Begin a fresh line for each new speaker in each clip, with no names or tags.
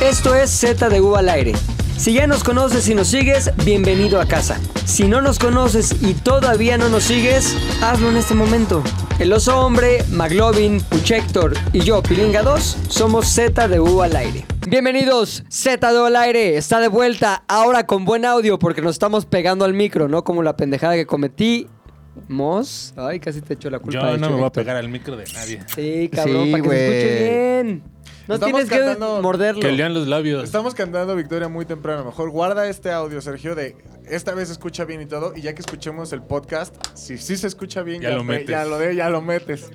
Esto es Z de U al aire. Si ya nos conoces y nos sigues, bienvenido a casa. Si no nos conoces y todavía no nos sigues, hazlo en este momento. El oso hombre, Maglovin, Puchector y yo, Pilinga 2, somos Z de U al aire. Bienvenidos, Z de U al aire, está de vuelta, ahora con buen audio porque nos estamos pegando al micro, ¿no? Como la pendejada que cometí. Mos, ay, casi te echo la culpa.
Yo
de
no me voy a
Chevector.
pegar al micro de nadie.
Sí, cabrón,
Sí,
para que se escuche
güey.
bien. No
Estamos
tienes que
cantando-
morderlo.
Que lean los labios.
Estamos cantando Victoria muy temprano. Mejor guarda este audio, Sergio, de esta vez escucha bien y todo. Y ya que escuchemos el podcast, si sí se escucha bien,
Ya lo
fue-
metes.
Ya lo, de, ya lo metes.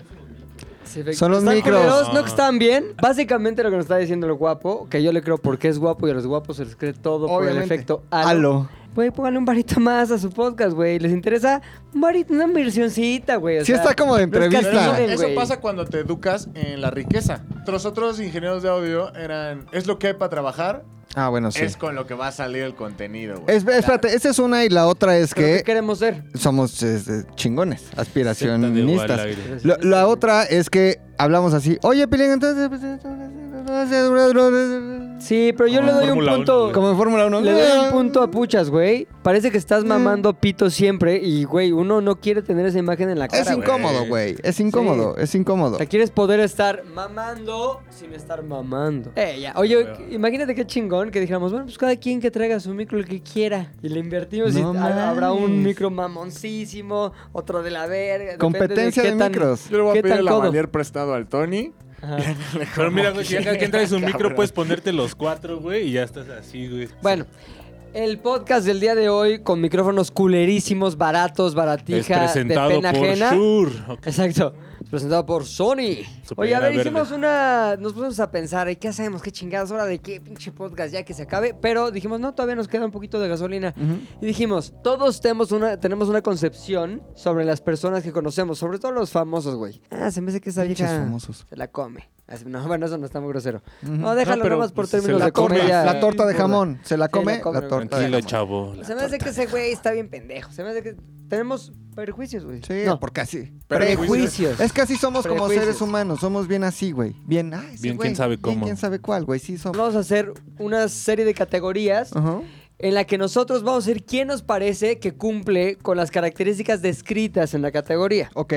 Sí, ve-
Son los
¿Están
micros.
culeros? ¿No
No.
que están bien? Básicamente lo que nos está diciendo el guapo, que yo le creo porque es guapo y a los guapos se les cree todo por el
Obviamente.
efecto halo.
Halo.
Güey, pónganle un barito más a su podcast, güey. ¿Les interesa un barito, una versioncita, güey? o
Sí está como de
no es que
entrevista.
Pero
adivinen,
eso, eso
güey.
pasa cuando te educas en la riqueza. Nosotros, ingenieros de audio, eran. Es lo que hay para trabajar,
Ah, bueno, sí.
es con lo que va a salir el contenido, güey.
Es- espérate, esta es una y la otra es
Pero ¿Qué
que
queremos ser?
somos este, chingones,
Zeta de
aspiracionistas.
Guadalajara.
Lo- La, otra es que hablamos así, oye, Pilinga, entonces... pues, eh,
Sí, pero yo
Como
le doy un
Fórmula
punto...
Uno, güey.
Como Eh. en Fórmula 1.
Le doy un punto a puchas, güey. Parece que estás mamando pito siempre y, güey, uno no quiere tener esa imagen en la cara,
Es
güey.
incómodo, güey. Es incómodo, es
O
incómodo.
sea, quieres poder estar mamando sin estar mamando. Eh, ya. Oye,
Pero-
imagínate qué chingón que dijéramos, bueno, pues cada quien que traiga su micro el que quiera. Y le invertimos
No
y ha- habrá un
mames.
micro mamoncísimo, otro de la verga. depende
Competencia
qué
de
tan-
micros.
Yo le voy
¿Qué
a pedir
tan
el
codo?
avalier prestado al Tony.
Ajá.
Pero mira, güey, si ya cada quien trae su micro, pues, puedes ponerte los cuatro, güey, y ya estás así, güey.
Bueno. El podcast del día de hoy con micrófonos culerísimos, baratos,
es
baratija, de
presentado
pena
por
ajena.
Shure. Ok.
Exacto. Presentado por Sony. Oye,
Su
a
playera
ver,
verde.
hicimos una. Nos pusimos a pensar, ¿y qué hacemos? ¿Qué chingadas? ¿Hora de qué pinche podcast ya que se acabe? Pero dijimos, no, todavía nos queda un poquito de gasolina. Y dijimos, todos tenemos una, tenemos una concepción sobre las personas que conocemos, sobre todo los famosos, güey. Ah, se me hace que esa
Pinches
vieja
famosos.
se la come. Así, No, bueno, eso no está muy grosero.
Ujú.
No, déjalo
No, pero,
nomás por
pues, se
términos
la
de
come.
comedia.
La torta de
burda.
jamón, ¿se la
Sí, la
come?
come,
la
güey.
torta
Tranquilo,
de jamón.
chavo. la
Se me hace
torta.
que ese güey está bien pendejo. Se me hace que tenemos prejuicios, güey.
Sí,
No,
porque así.
Prejuicios.
Es que así somos como
Prejuicios.
seres humanos, somos bien así, güey. Bien, ay, sí,
Bien,
güey.
quién sabe
Bien,
cómo.
quién sabe cuál, güey. Sí somos.
Vamos a hacer una serie de categorías
Ajá.
en la que nosotros vamos a decir quién nos parece que cumple con las características descritas en la categoría.
Ok.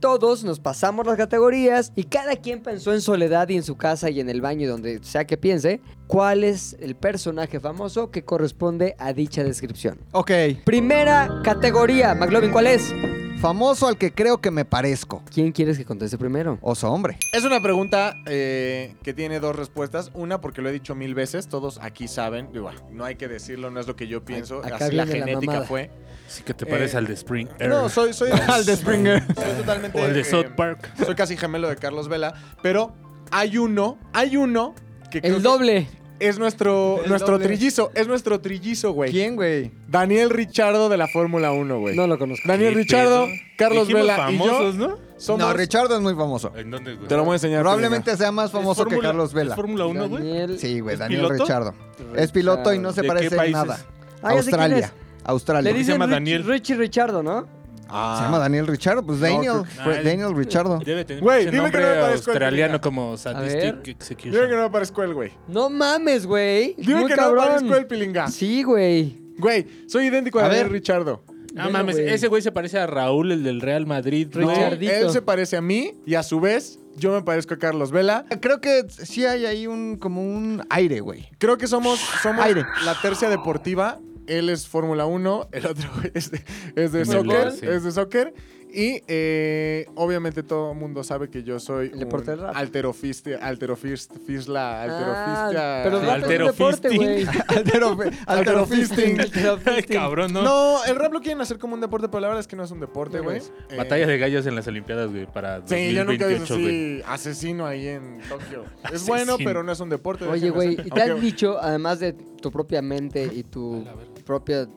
Todos nos pasamos las categorías y cada quien pensó en soledad y en su casa y en el baño y donde sea que piense cuál es el personaje famoso que corresponde a dicha descripción.
Ok.
Primera categoría, McLovin, ¿cuál es?
Famoso al que creo que me parezco.
¿Quién quieres que conteste primero?
Oso hombre.
Es una pregunta eh, que tiene dos respuestas. Una, porque lo he dicho mil veces, todos aquí saben. Digo, ah, no hay que decirlo, no es lo que yo pienso.
acá
Así la
viene la
genética
mamada.
fue.
Sí que te pareces
Eh,
al de Spring Air.
No, soy, soy
Al de Springer.
Soy totalmente.
o el Er. de
eh,
South Park.
Soy casi gemelo de Carlos Vela, pero hay uno, hay uno que creo
El
que
doble.
es nuestro
El
nuestro
doble.
trillizo, es nuestro trillizo, güey.
¿Quién, güey?
Daniel Richardo de la Fórmula 1, güey.
No lo conozco.
pues, Daniel
¿Qué
Richardo,
pedo?
Carlos
Dijimos
Vela
famosos,
y yo
¿no?
somos
No, Richardo es muy famoso.
¿En dónde, güey?
Te lo voy a enseñar.
Probablemente sea más
¿Es
famoso que
Fórmula-
Carlos Vela.
¿Es Fórmula 1, güey?
Daniel-
Sí, güey,
¿Es
Daniel
piloto?
Richardo. Es piloto y no se
¿De qué
parece en
países?
nada.
Ah, ya sé quién
Australia. Australia.
Le
dice-
dicen
llama
Rich-
Daniel.
Richie Richardo, ¿no?
Pineda.
Se llama Daniel Richardo. Pues Daniel.
creo
que-
fue
Ah,
Daniel Richardo.
Debe tener
Güey,
un
dime que no me
nombre
parezco al de
australiano
Vega.
como
ver.
Sadistic
Dime que
Execution.
no me parezco él, güey.
No mames, güey.
Dime
Muy
que
cabrón.
no me parezco el pilinga.
Sí, güey.
Güey, soy idéntico a,
A
Daniel
ver.
Richardo.
No
Bueno,
Ah, mames,
güey.
ese güey se parece a Raúl, el del Real Madrid.
No.
Richard.
Richardito.
Él se parece a mí y a su vez yo me parezco a Carlos Vela.
Creo que sí hay ahí un como un aire, güey.
Creo que somos, somos
Aire.
la tercia deportiva. Él es Fórmula 1, el otro es de, es de
El
soccer.
otro, sí.
Es de soccer. Y eh, obviamente todo el mundo sabe que yo soy
El deporte del
un
rap.
alterofiste, alterofist, fisla,
Ah,
alterofista.
pero rap es un
Altero
deporte,
fisting.
güey.
Altero, altero fisting.
Altero
Ay,
fisting.
cabrón, ¿no?
No, el rap lo quieren hacer como un deporte, pero la verdad es que no es un deporte,
No,
güey.
no
Eh,
Batalla de gallos en las Olimpiadas, güey, para
Sí, yo nunca he visto
2028, güey.
así asesino ahí en Tokio. es
Asesino.
bueno, pero no es un deporte.
Oye,
déjenme
güey,
hacer-
¿y te han
Aunque-
dicho, además de tu propia mente y tu propia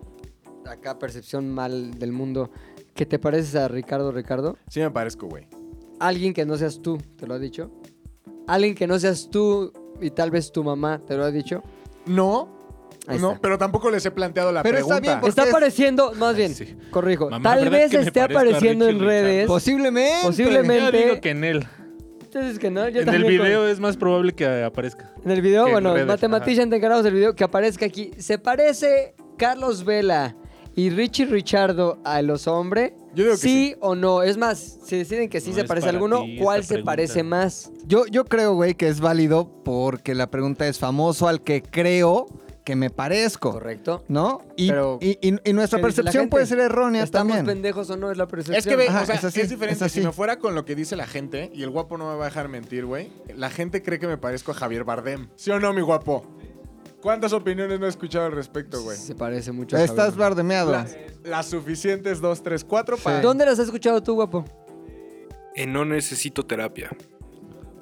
acá percepción mal del mundo, que te pareces a Ricardo Ricardo?
Sí me parezco, güey.
Alguien que no seas tú, ¿te lo ha dicho? Alguien que no seas tú y tal vez tu mamá, ¿te lo ha dicho?
No,
Ahí
no,
está.
pero tampoco les he planteado la
Pero está
pregunta.
bien, porque-
Está apareciendo, más bien,
sí.
corrijo,
Mamá,
tal
¿verdad
vez
que me
esté
parezco a
apareciendo en
Pues
Richie Richardo?
redes
Posiblemente.
Posiblemente.
Yo digo que en él.
chiste es que no. Yo
En el
también con-
video es más probable que aparezca.
En el video,
Que en
bueno,
redes,
Mathematician te encargamos del video que aparezca aquí. ¿Se parece Carlos Vela y Richie Richardo a los hombres?
Yo digo que sí.
o no. Es más, si deciden que sí
No
se
es
parece
para
alguno,
ti
¿cuál
esta
se
pregunta.
parece más?
Yo, yo creo, güey, que es válido porque la pregunta es famoso al que creo que me parezco.
¿Correcto?
¿No? Y,
Pero-
y- y-
¿Qué
y nuestra
dice la
percepción
gente?
puede ser errónea
¿Estamos
también.
pendejos o no es la percepción?
Es que ve,
Ajá,
o sea,
es
es,
así,
diferente.
es
Si
así.
me fuera con lo que dice la gente, y el guapo no me va a dejar mentir, güey, la gente cree que me parezco a Javier Bardem. ¿Sí o no, mi guapo? ¿Cuántas opiniones no he escuchado al respecto, güey?
Ah, Se parece mucho a
Estás
Javier.
bardemeado.
La- Las suficientes dos, tres, cuatro para...
¿Dónde las has escuchado tú, guapo?
En No Necesito Terapia.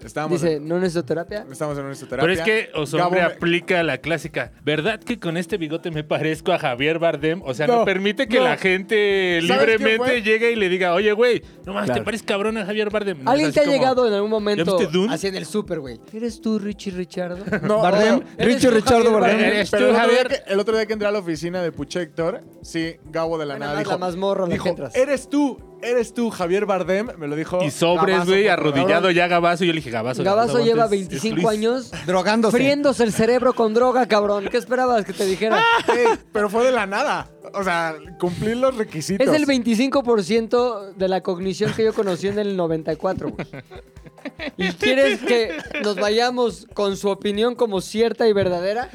Estábamos,
Dice, ¿no necesito terapia?
en, estábamos en una terapia.
Pero es que Osombre
Gabo me-
aplica la clásica. ¿Verdad que con este bigote me parezco a Javier Bardem? O sea, no,
No,
permite que
no.
la gente
¿Sabes quién
libremente
fue?
llegue y le diga, oye, güey, no mames,
Claro.
te pareces cabrón a Javier Bardem. No,
Alguien
es
te ha
así como-
llegado en algún momento
viste Dune?
así en el súper, güey. ¿Eres tú Richie Richardo?
No,
Bardem,
no, no.
¿Eres
Richie
tú,
Richardo
Javier
Bardem.
Eres
Pero
tú,
el otro, día
Javier.
que, el otro día que entré a la oficina de Puchector, sí, Gabo de la
Nada
nada
más
dijo...
la mazmorra en la
dijo,
que entras.
eres tú, eres tú, Javier Bardem, me lo dijo...
Y sobres,
Gabazo,
güey,
por
arrodillado
favor.
ya Gabazo. Yo le dije, Gabazo.
Gabazo lleva
antes es
25
Luis".
años
Drogándose.
friéndose el cerebro con droga, cabrón. ¿Qué esperabas que te dijera?
Ey, pero fue de la nada. O sea, cumplir los requisitos.
Es el 25% de la cognición que yo conocí en el 94, güey. ¿Y quieres que nos vayamos con su opinión como cierta y verdadera?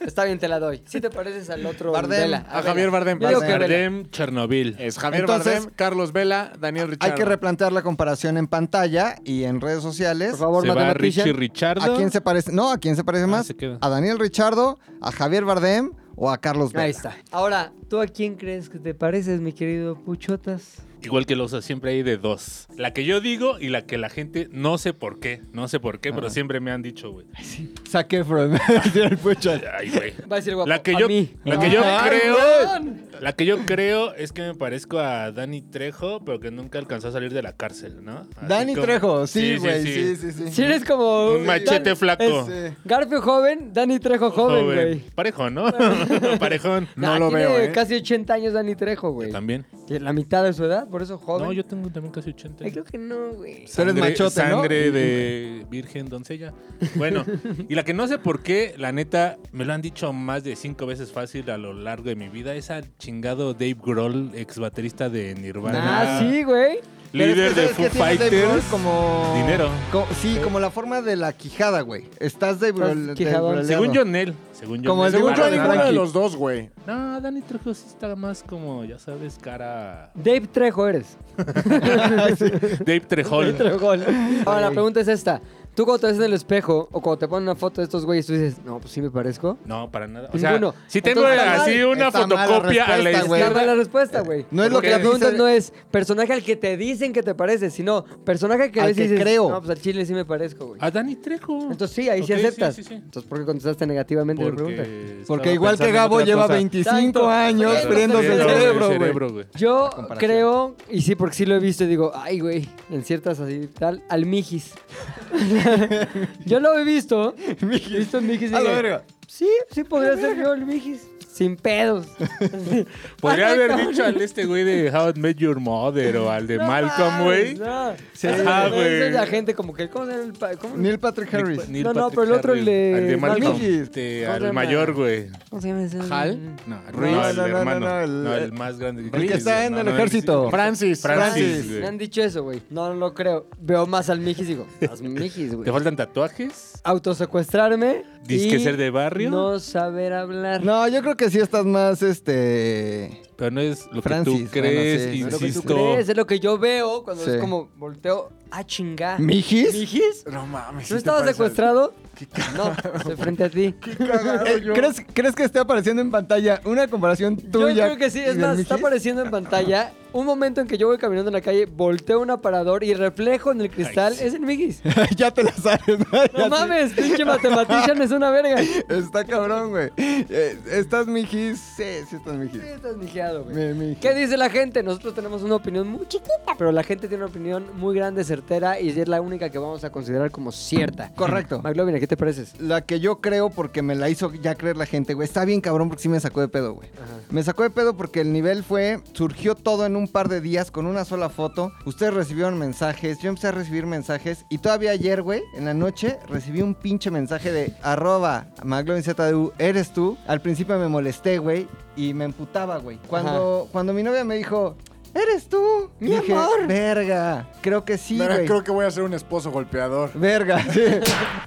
Está bien, te la doy. Si te pareces al otro
Bardem,
Vela,
a Javier Bardem,
Yo digo que
Bardem.
Vela.
Bardem, Chernobyl.
Es Javier
Entonces,
Bardem, Carlos Vela, Daniel Richard.
Hay que replantear la comparación en pantalla y en redes sociales.
Por favor,
Se va
matematician.
Richie Richardo.
¿A quién se parece? No, ¿a quién Ah, se parece más?
se queda.
¿A Daniel Richardo? ¿A Javier Bardem? ¿O a Carlos Vela?
Ahí está. Ahora, ¿tú a quién crees que te pareces, mi querido Puchotas?
Igual que los siempre hay de dos. La que yo digo y la que la gente no sé por qué. No sé por qué, pero siempre me han dicho, güey.
Zac Efron. el pucha.
Ay, güey.
Va a decir guapo.
La que
a
yo,
mí.
la que yo
Ay,
creo.
Perdón.
La que yo creo es que me parezco a Dani Trejo, pero que nunca alcanzó a salir de la cárcel, ¿no? Así
Dani
como-
Trejo. Sí, güey. Sí, sí, eh, sí.
Si eres como...
Un machete flaco.
es Garfio joven, Dani Trejo joven, güey. Ah,
Parejo, ¿no? Parejón.
No lo
tiene
veo, ¿eh?
casi 80 años Dani Trejo, güey.
También.
Tiene La mitad de su edad, por eso joven.
No, yo Pues, tengo también casi 80.
Ay, creo que no, güey.
Pero eres machote, ¿no?
sangre de virgen doncella. Bueno, y la que no sé por qué, la neta, me lo han dicho más de cinco veces fácil a lo largo de mi vida, es al chingado Dave Grohl, ex baterista de Nirvana.
Ah, sí, güey.
Líder de Foo Fighters.
Como...
Dinero.
co- sí, como la forma de la quijada, güey. Estás de
Estás
brol- de
quijadón.
broleado.
Según yo, Nel. Según yo,
Como
Nel.
el de
Según
Según
yo,
Bardem,
ninguno de
Frankie.
los dos, güey.
No, Dani Trejo sí está más como, ya sabes, cara...
Dave Trejo eres.
Dave Trejol.
Ahora, la pregunta es esta. Tú cuando te ves en el espejo o cuando te ponen una foto de estos güeyes, tú dices, no, pues sí me parezco.
No, para nada. O sea,
Ninguno.
si tengo
Entonces,
así
está
mal.
una
Está mala
fotocopia a la
respuesta, güey.
Es
izquierda.
la respuesta, güey.
No es lo
Porque
que
la pregunta
dice-
no es personaje al que te dicen que te pareces, sino personaje al que
Al
ves y
que
dices,
creo.
no, pues al chile sí me parezco, güey.
A Dani Trejo.
Entonces sí, ahí sí
Ah. Ok,
aceptas.
sí, sí.
Entonces, ¿por qué contestaste negativamente la pregunta?
Porque igual que Gabo lleva 25
Exacto.
años
Claro,
friéndose el
friendo el
cerebro, güey.
Yo
comparación.
creo, y sí, porque sí lo he visto y digo, ay, güey, en ciertas así tal, al Mijis. yo lo he visto. He visto el Mijis y
A la
digo,
verga.
sí, sí podría ser yo el Mijis. Sin pedos.
Podría
Ay,
haber
cabrón.
dicho al este güey de How I Met Your Mother o al de
No
Malcolm, güey.
mames, No.
Sí,
Eso-
ah,
eso
güey.
es la gente como que, ¿cómo se llama el pa- cómo-
Neil Patrick Harris.
Nick- Neil
No, no,
Patrick
pero el otro,
Harry.
el de
Al de Malcolm.
Malcolm.
Este,
¿Cómo se
al
llama?
mayor, güey.
¿Cómo se llama ese?
¿Hal?
No,
Reese.
no, el
No, no, no,
hermano.
no, el-
No, el más grande.
El que está en el ejército.
Francis.
Francis.
Me han
güey.
dicho eso, güey. No, no lo creo. Veo más al Mijis y digo, más Mijis, güey.
¿Te faltan tatuajes?
Autosecuestrarme.
Disque
y
ser de barrio.
No saber hablar.
No, yo creo que sí estás más, este...
Pero no es lo que
Francis,
tú crees,
bueno,
Es
sí.
lo que tú
insisto.
crees, es lo que yo veo cuando
Sí.
es como volteo "Ah, a chingar.
¿Mijis?
¿Mijis?
No mames.
¿Tú
sí te
estabas
pareces.
secuestrado? No, estoy frente a ti.
Eh, ¿crees, ¿Crees que esté apareciendo en pantalla una comparación tuya?
yo creo que sí, es
del
más, está
Mijis?
apareciendo en pantalla un momento en que yo voy caminando en la calle, volteo un aparador y reflejo en el cristal,
sí.
es el Mijis.
ya te la sabes, ¿no? Ya
No
sí.
mames, pinche matematician es una verga. Sí,
Está cabrón, güey. Eh, ¿Estás mijis? Sí, sí estás mijis.
estás mijeado, güey.
Mi- mijis.
¿Qué dice la gente? Nosotros tenemos una opinión muy chiquita, pero la gente tiene una opinión muy grande, certera, y es la única que vamos a considerar como cierta.
Correcto.
McLovin, ¿a qué te pareces?
La que yo creo porque me la hizo ya creer la gente, güey. Está bien cabrón porque sí me sacó de pedo, güey.
Ajá.
Me sacó de pedo porque el nivel fue... Surgió todo en un par de días con una sola foto. Ustedes recibieron mensajes, yo empecé a recibir mensajes. Y todavía ayer, güey, en la noche, recibí un pinche mensaje de arroba McLovinZDU, eres tú. Al principio me molesté, güey, y me emputaba, güey. Cuando, cuando mi novia me dijo, eres tú,
Mi
dije,
amor.
verga, creo que sí,
Mira,
güey.
creo que voy a ser un esposo golpeador.
Verga, sí.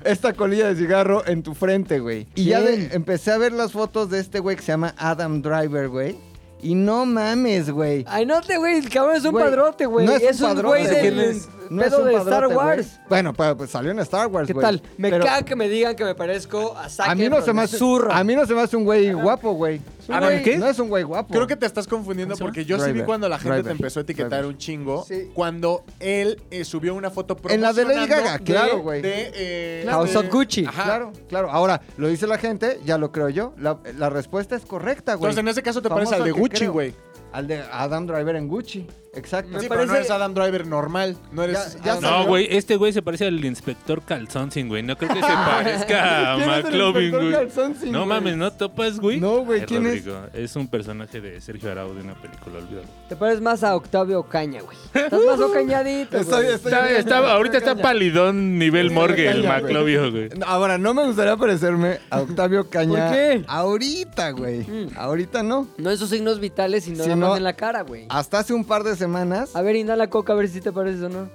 esta colilla de cigarro en tu frente, güey. Y ya
¿Quién?
de- empecé a ver las fotos de este güey que se llama Adam Driver, güey. Y no mames, güey.
Ay, no te, güey, el cabrón es un
Güey,
padrote, güey.
no es
es,
un
un
padrote,
güey
güey.
del
Es- no es
pedo
un
de
padrote,
Star
güey.
Wars.
Bueno, pero pues salió en Star Wars,
¿Qué
güey.
tal? Me
Pero
caga que me digan que me parezco a Zac
A mí no
Efron,
se me hace
zurra.
a mí no se me hace un güey guapo, güey. Es un
Adam,
güey-
¿qué?
No es un güey guapo.
Creo que te estás confundiendo porque yo sí vi
Driver,
cuando la gente
driver,
te empezó a etiquetar
driver.
un chingo
Sí.
cuando él eh, subió una foto
En la de Lady
promocionando
Gaga,
de-
claro, güey.
de, eh,
Claro. House of
de-
Gucci.
Ajá.
Claro, claro. Ahora, lo dice la gente, ya lo creo yo. La, la respuesta es correcta, güey.
Entonces, en ese caso te
Famoso
parece al de
que
Gucci,
creo.
güey.
Al de Adam Driver en Gucci. Exacto.
Me
sí, pero no
parece-
eres Adam Driver normal. No eres.
Ya- ya
Adam-
salió.
No, güey, este güey se parece al inspector Calzón, sin güey. No creo que se parezca a
¿Quién es el
McLovin,
inspector
güey.
Calzón sin,
No
güey?
mames, ¿no topas, güey?
No, güey,
Ay,
¿quién es?
Rodrigo, es? un personaje de Sergio Arau de una película, olvídalo.
Te pareces más a Octavio Ocaña, güey. Estás más ocañadito,
Estoy-
güey.
estoy-
Está- está- ahorita está palidón nivel morgue el
Caña, güey.
McLovin, güey.
Ahora, no me gustaría parecerme a Octavio Caña.
¿Por qué?
Ahorita, güey. Ahorita no.
No esos signos vitales, sino
Si
nada más
no- Ah.
en la cara, güey.
Hasta hace un par de semanas.
A ver, inhala coca, a ver si te pareces o no.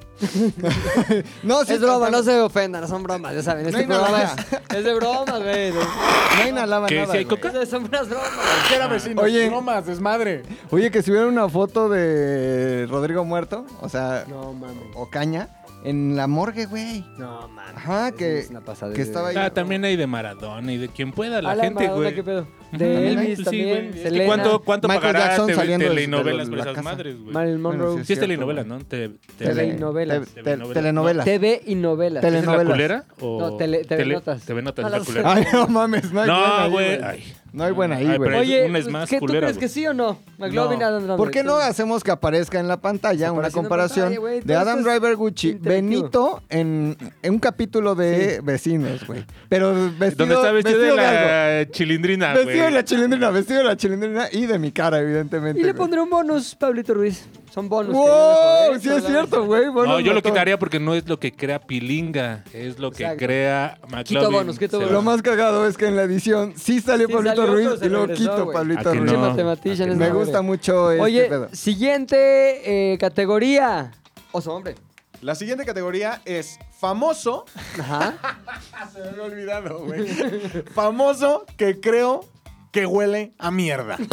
No, sí,
es broma,
totalmente.
no se ofendan, son bromas, ya saben. Este
hay nada.
programa es, es de bromas, güey.
No inhalaba
¿Que
nada,
si hay
güey.
coca?
Son unas bromas.
Era vecino.
Oye.
bromas, desmadre.
Oye, que subieron una foto de Rodrigo muerto, o sea,
No, mames.
o Caña, en la morgue, güey.
No, mames.
Ajá,
Eso
que-
es una pasada.
que estaba ahí.
Ah, también hay de Maradona y de quien pueda, la
A la
gente,
Madonna,
güey.
¿qué pedo?
Ujú. pues
De Elvis
Sí,
también,
güey. Es que
Selena,
¿Cuánto, cuánto
Michael
pagará
Jackson
TV
saliendo de- de
telenovelas
la
por esas
casa.
madres, güey?
Marilyn
Bueno,
Monroe.
sí,
Sí es
cierto,
telenovelas,
güey.
¿no? Te-
Telenovelas.
Te- te-
Telenovelas.
telenovelas.
TV y novelas.
Tele-
¿Esa ¿Es la
telenovelas.
culera? O
No, tele- telenotas.
Telenotas,
No
es la
las-
culera.
Ay, no mames, no hay buena
No,
ahí,
güey. Ay.
No hay buena ahí,
Ay,
güey.
pero-
Oye,
una es más
¿qué, ¿tú
culera,
crees
güey.
que sí o no? McLovin,
No.
Adam Driver.
¿Por qué no
Tú-
hacemos que aparezca en la pantalla una
Aparece en la
comparación
pantalla, güey,
de
todo esto
Adam
es
Driver Gucci,
interactivo.
Benito en, en un capítulo de vecinos, güey? Pero vestido,
¿Dónde está vestido,
vestido
de la
algo.
chilindrina, güey?
Vestido de la chilindrina, vestido de la chilindrina y de mi cara, evidentemente.
Y le
güey.
pondré un bonus, Pablito Ruiz. Son bonus. que yo
¡Wow!
dejo,
Sí
¿eh?
es cierto, güey. Bueno,
no, yo lo
matón.
quitaría porque no es lo que crea Pilinga, es lo que
Exacto.
crea McLovin.
Quito bonus, quito
Se
bonus.
va.
Lo más cagado es que en la edición sí salió
Sí
Pablito
salió, pero
Ruiz
se
y lo
regresó,
quito
güey.
Pablito
¿A que
Pinche
Ruiz.
no?
matematician,
¿A que
es
no?
Me
madre.
gusta mucho este
Oye,
pedo.
siguiente eh, categoría. Oso, hombre.
La siguiente categoría es famoso.
Ajá.
Se me había olvidado, güey. famoso que creo que huele a mierda.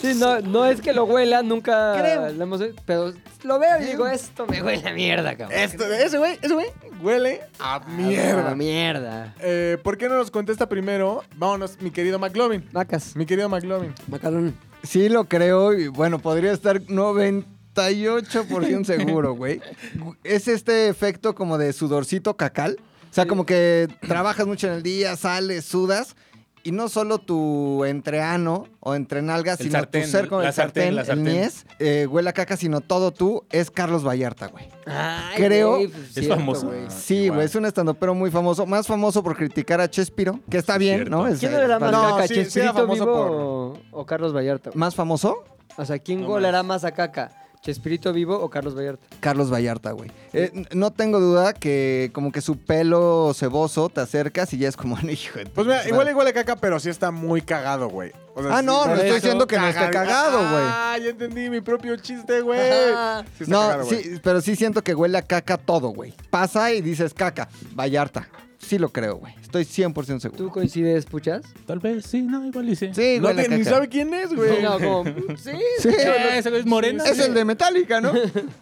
Sí, no, no es que lo huela, nunca
Creo.
lo hemos- pero lo veo y digo, esto me huele a mierda, cabrón.
Esto- Este, ese güey, ese güey huele a
Ah,
mierda.
mierda.
Eh, ¿Por qué no nos contesta primero? Vámonos, mi querido McLovin.
Macas.
Mi querido McLovin.
Macarón.
Sí lo creo y bueno, podría estar 98% seguro, güey. Es este efecto como de sudorcito cacal. O sea, como que trabajas mucho en el día, sales, sudas. Y no solo tu entreano o entrenalga, sino
sartén,
tu cerco,
la
el
sartén,
sartén,
la
el
sartén.
niés, eh, huele a caca, sino todo tú, es Carlos Vallarta, güey.
Ay,
Creo-
güey, pues,
Es
cierto,
famoso.
güey.
Sí, güey, es un estandopero muy famoso. Más famoso por criticar a Chespiro, que está bien,
Cierto.
¿no? Es,
¿Quién le da más
No,
caca?
sí, sí era
¿Chespirito
famoso
vivo o- o Carlos Vallarta? güey?
¿Más famoso?
O sea, ¿quién
No
goleará más a caca? ¿Chespirito vivo o Carlos Vallarta?
Carlos Vallarta, güey. Eh, n- no tengo duda que como que su pelo ceboso te acercas y ya es como un hijo. de tu
Pues mira,
madre.
igual igual a caca, pero sí está muy cagado, güey. O sea,
Ah,
sí,
no,
por
no estoy
eso
diciendo que no esté cagado, güey.
Ah, ya entendí mi propio chiste, güey.
Ajá.
Sí está
no,
cagado, güey.
sí, pero sí siento que huele a caca todo, güey. Pasa y dices caca, Vallarta. Sí lo creo, güey. Estoy 100% seguro.
¿Tú coincides, puchas?
Tal vez, sí, no, igual y sí.
Sí,
No
huele a
te- ni
caca.
sabe quién es, güey.
Sí, no, como, mm, sí.
Sí.
Ah, ese güey es moreno.
Es el de Metallica, ¿no?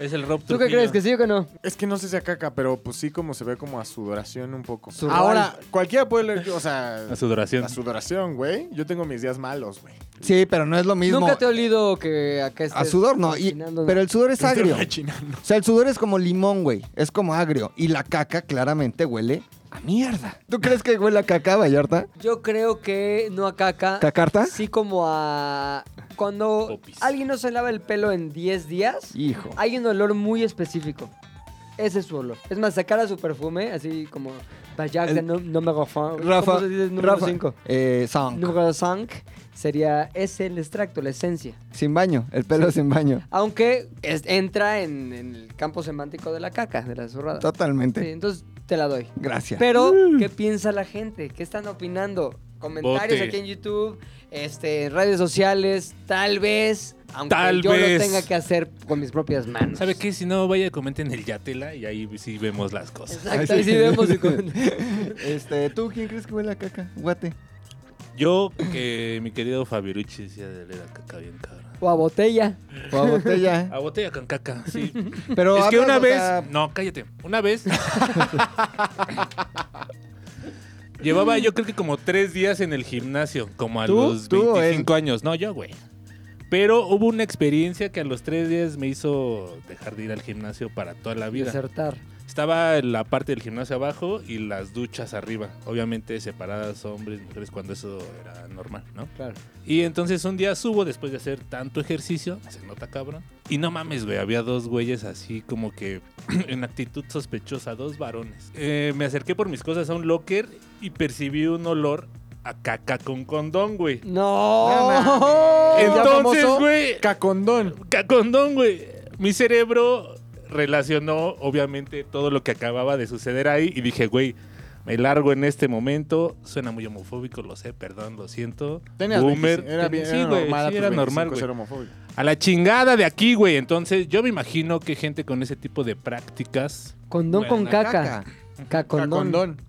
Es el Rob
¿Tú qué
Trujillo.
crees? ¿Que sí o que no?
Es que no sé si a caca, pero pues sí como se ve como a sudoración un poco.
Surral.
Ahora, cualquiera puede leer, o sea,
A sudoración.
a sudoración, güey. Yo tengo mis días malos, güey.
Sí, pero no es lo mismo.
Nunca te he olido que acá estés
a sudor no, y-
cocinando,
pero el sudor es agrio.
Rechinando.
O sea, el sudor es como limón, güey. Es como agrio. Y la caca claramente huele a mierda. ¿Tú crees que huele a caca, Vallarta?
Yo creo que no a caca.
¿Cacarta?
Ah, Sí como a... Cuando
Popis.
alguien no se lava el pelo en 10 días,
Hijo.
hay un olor muy específico. Ese es su olor. Es más, sacara su perfume, así como Bayak de
El-
nu- número 5.
Rafa,
número
Rafa,
5?
eh, Song.
Número 5 sería, es el extracto, la esencia.
Sin baño, el pelo sin baño.
Aunque es- entra en, en el campo semántico de la caca, de la zurrada. Ah, Sí,
Totalmente.
entonces te la doy.
Gracias.
Pero,
Uh.
¿qué piensa la gente? ¿Qué están opinando? Comentarios
Vote.
aquí en YouTube, este, en redes sociales, tal vez, aunque
Tal
yo
vez.
lo tenga que hacer con mis propias manos.
¿Sabe qué? Si no, vaya, comenten el Yatela y ahí sí vemos las cosas.
Exacto, ahí sí vemos. y con-
Este, ¿tú quién crees que huele a caca? Guate.
Yo, que mi querido Fabirucci decía de leer a caca bien cabrón.
O a botella.
O a botella. ¿eh?
A botella con caca, sí.
Pero
es que
hablas,
una
o
vez.
sea,
No, cállate. Una vez. Llevaba yo creo que como tres días en el gimnasio, como a
¿Tú?
los
¿Tú o él?
25 años. No, yo, güey. Pero hubo una experiencia que a los tres días me hizo dejar de ir al gimnasio para toda la vida.
Desertar.
Estaba la parte del gimnasio abajo y las duchas arriba. Obviamente separadas hombres, mujeres, cuando eso era normal, ¿no?
Claro.
Y entonces un día subo después de hacer tanto ejercicio, se nota cabrón. Y no mames, güey, había dos güeyes así como que en actitud sospechosa, dos varones. Eh, me acerqué por mis cosas a un locker y percibí un olor a caca con condón, güey.
Oh, No.
Entonces, güey,
Cacondón.
Cacondón, güey. Mi cerebro relacionó, obviamente, todo lo que acababa de suceder ahí y dije, güey, me largo en este momento. Suena muy homofóbico, lo sé, perdón, lo siento.
Tenías
Boomer.
25, Era, bien,
sí,
era
güey,
normal. pues, a
sí,
tus
era
pues,
normal,
25
güey.
ser homofóbico.
A la chingada de aquí, güey. Entonces, yo me imagino que gente con ese tipo de prácticas.
Condón con
Buena
caca. Cacondón.
Cacondón.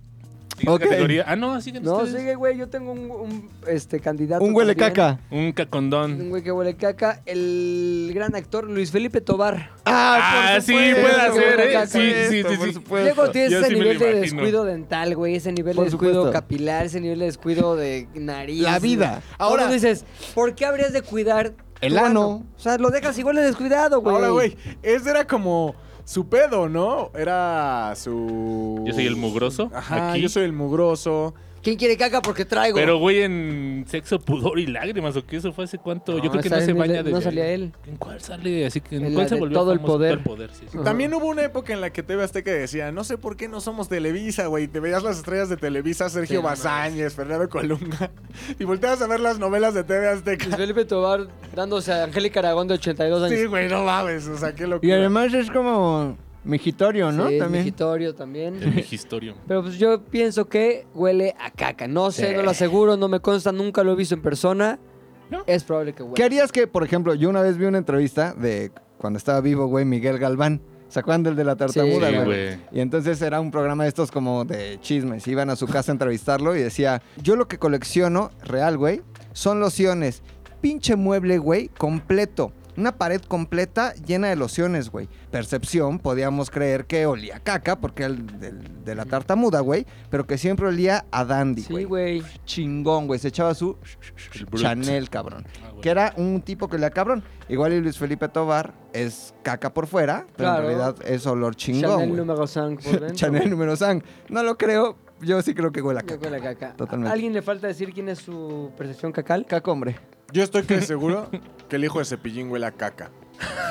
¿Diga
Ok.
categoría? Ah, no, siguen
No,
ustedes.
sigue, güey. Yo tengo un, un, este, candidato.
Un huele
también.
caca.
Un
Un
cacondón.
güey que huele caca. El gran actor Luis Felipe Tobar.
Ah, sí, puede
supuesto,
hacer,
huele
¿eh?
caca,
Sí,
güey.
sí, sí, sí.
Luego tienes
Yo
ese
sí me lo
nivel de
imagino.
descuido dental, güey, ese nivel
Por
de descuido
supuesto.
capilar, ese nivel de descuido de nariz.
La vida.
Ahora
Ahora-
dices, ¿por qué habrías de cuidar
El
tu
ano.
O sea, lo dejas igual de descuidado, güey.
Ahora, güey, ese era como su pedo, ¿no? Era su...
Yo soy el mugroso.
Ajá,
aquí.
yo soy el mugroso.
¿Quién quiere caca porque traigo?
Pero, güey, en sexo, pudor y lágrimas, ¿o qué? ¿Eso fue hace cuánto?
No,
Yo creo que
esa
no se
es mi-
baña
no
desde
salía
ahí.
él.
¿En cuál sale? Así que, ¿En,
En la
cuál se
de
volvió
todo el
famoso?
poder.
Todo el poder, sí, sí.
Ajá.
También hubo una época en la que TV Azteca decía, no sé por qué no somos Televisa, güey. Te veías las estrellas de Televisa, Sergio
Sí, no mames.
Bazáñez, Fernando Colunga. Y volteabas a ver las novelas de TV
Luis
Azteca.
Felipe Tobar dándose a Angélica Aragón de 82 años.
Sí, güey, no mames. O sea, qué
Y
locura.
además es como mejitorio, ¿no?
Sí,
También.
migitorio también.
El Megistorio.
Pero pues yo pienso que huele a caca. No sé,
Sí.
no lo aseguro, no me consta, nunca lo he visto en persona.
No.
Es probable que huela.
¿Qué harías que, por ejemplo, yo una vez vi una entrevista de cuando estaba vivo, güey, Miguel Galván? ¿Se acuerdan del de la tartamuda,
Sí,
güey? Y entonces era un programa de estos como de chismes. Iban a su casa a entrevistarlo y decía, yo lo que colecciono, real, güey, son lociones. Pinche mueble, güey, completo. Una pared completa llena de lociones, güey. Percepción, podíamos creer que olía a caca porque era el del- de la tartamuda, güey. Pero que siempre olía a dandy,
Sí,
güey.
güey.
Chingón, güey. Se echaba su
El Brut.
Chanel, cabrón.
Ah, güey.
Que era un tipo que le cabrón. Igual y Luis Felipe Tobar es caca por fuera, pero
Claro.
en realidad es olor chingón.
Chanel
güey.
número 5 por dentro.
Chanel número Sang. No lo creo. Yo sí creo que huele a
Yo
caca.
huele a caca.
Totalmente.
¿A ¿Alguien le falta decir quién es su percepción cacal?
Caca, hombre.
Yo estoy que seguro que el hijo de Cepillín huele a caca.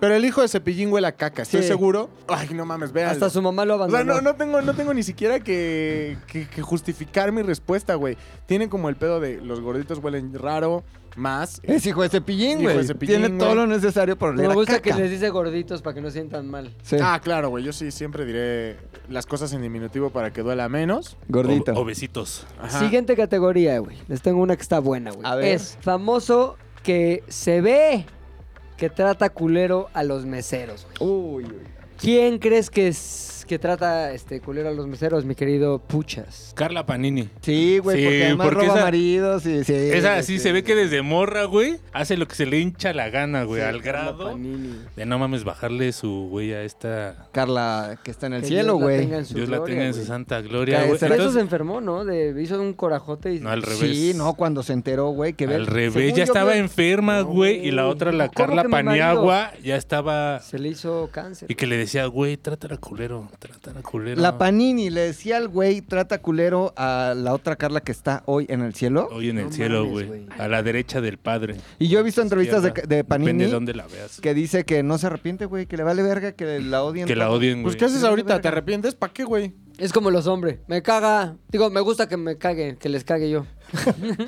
Pero el hijo de Cepillín huele a caca, estoy
Sí.
seguro. Ay, no mames, vean.
Hasta su mamá lo
O sea,
abandonó.
no, no tengo, no tengo ni siquiera que, que- que justificar mi respuesta, güey. Tienen como el pedo de los gorditos huelen raro, más.
Es hijo de cepillín,
Hijo de
güey.
Cepillín,
Tiene
güey.
todo lo necesario para oler
Me
a
gusta
caca.
que les dice gorditos para que no sientan mal.
Sí.
Ah, claro, güey. Yo sí siempre diré las cosas en diminutivo para que duela menos.
Gordito.
O- obesitos.
Ajá.
Siguiente categoría, güey. Les tengo una que está buena, güey.
A ver.
Es famoso que se ve que trata culero a los meseros. güey.
Uy, uy.
¿Quién crees que es que trata este culero a los meseros, mi querido Puchas?
Carla Panini.
Sí, güey,
Sí,
porque además
porque
roba
esa-
maridos y sí. este,
Esa
güey,
sí se ve que desde morra, güey, hace lo que se le hincha la gana, güey, al
Carla
grado
Panini.
de no mames bajarle su güey a esta.
Carla, que está en el
Que
cielo,
Dios la
güey.
tenga en su
Dios la
gloria,
tenga en su
güey.
santa gloria,
Cae
güey.
Por eso se
Entonces-
enfermó, ¿no? De, hizo un corajote y
No, al revés.
Sí, no, cuando se enteró, güey, que ve-
Al
Según
revés, ya
yo,
estaba
güey,
enferma,
No,
güey. Y la
güey.
otra, la
¿Cómo
Carla
que mi marido?
Paniagua, ya estaba.
se le hizo cáncer.
Y que le decía, güey, trátala culero, trátala culero.
La Panini le decía al güey, trata culero a la otra Carla que está hoy en el cielo.
Hoy en el
No
cielo,
mames,
güey.
güey.
A la derecha del padre.
Y yo he visto
A tu
entrevistas de-
izquierda.
de Panini.
Depende de dónde la veas.
Que dice que no se arrepiente, güey, que le vale verga, que la odien.
Que la
todo.
odien, güey.
Pues, ¿qué haces ahorita? ¿Te arrepientes? ¿Para qué, güey?
Es como los hombres. Me caga. Digo, me gusta que me cague, que les cague yo.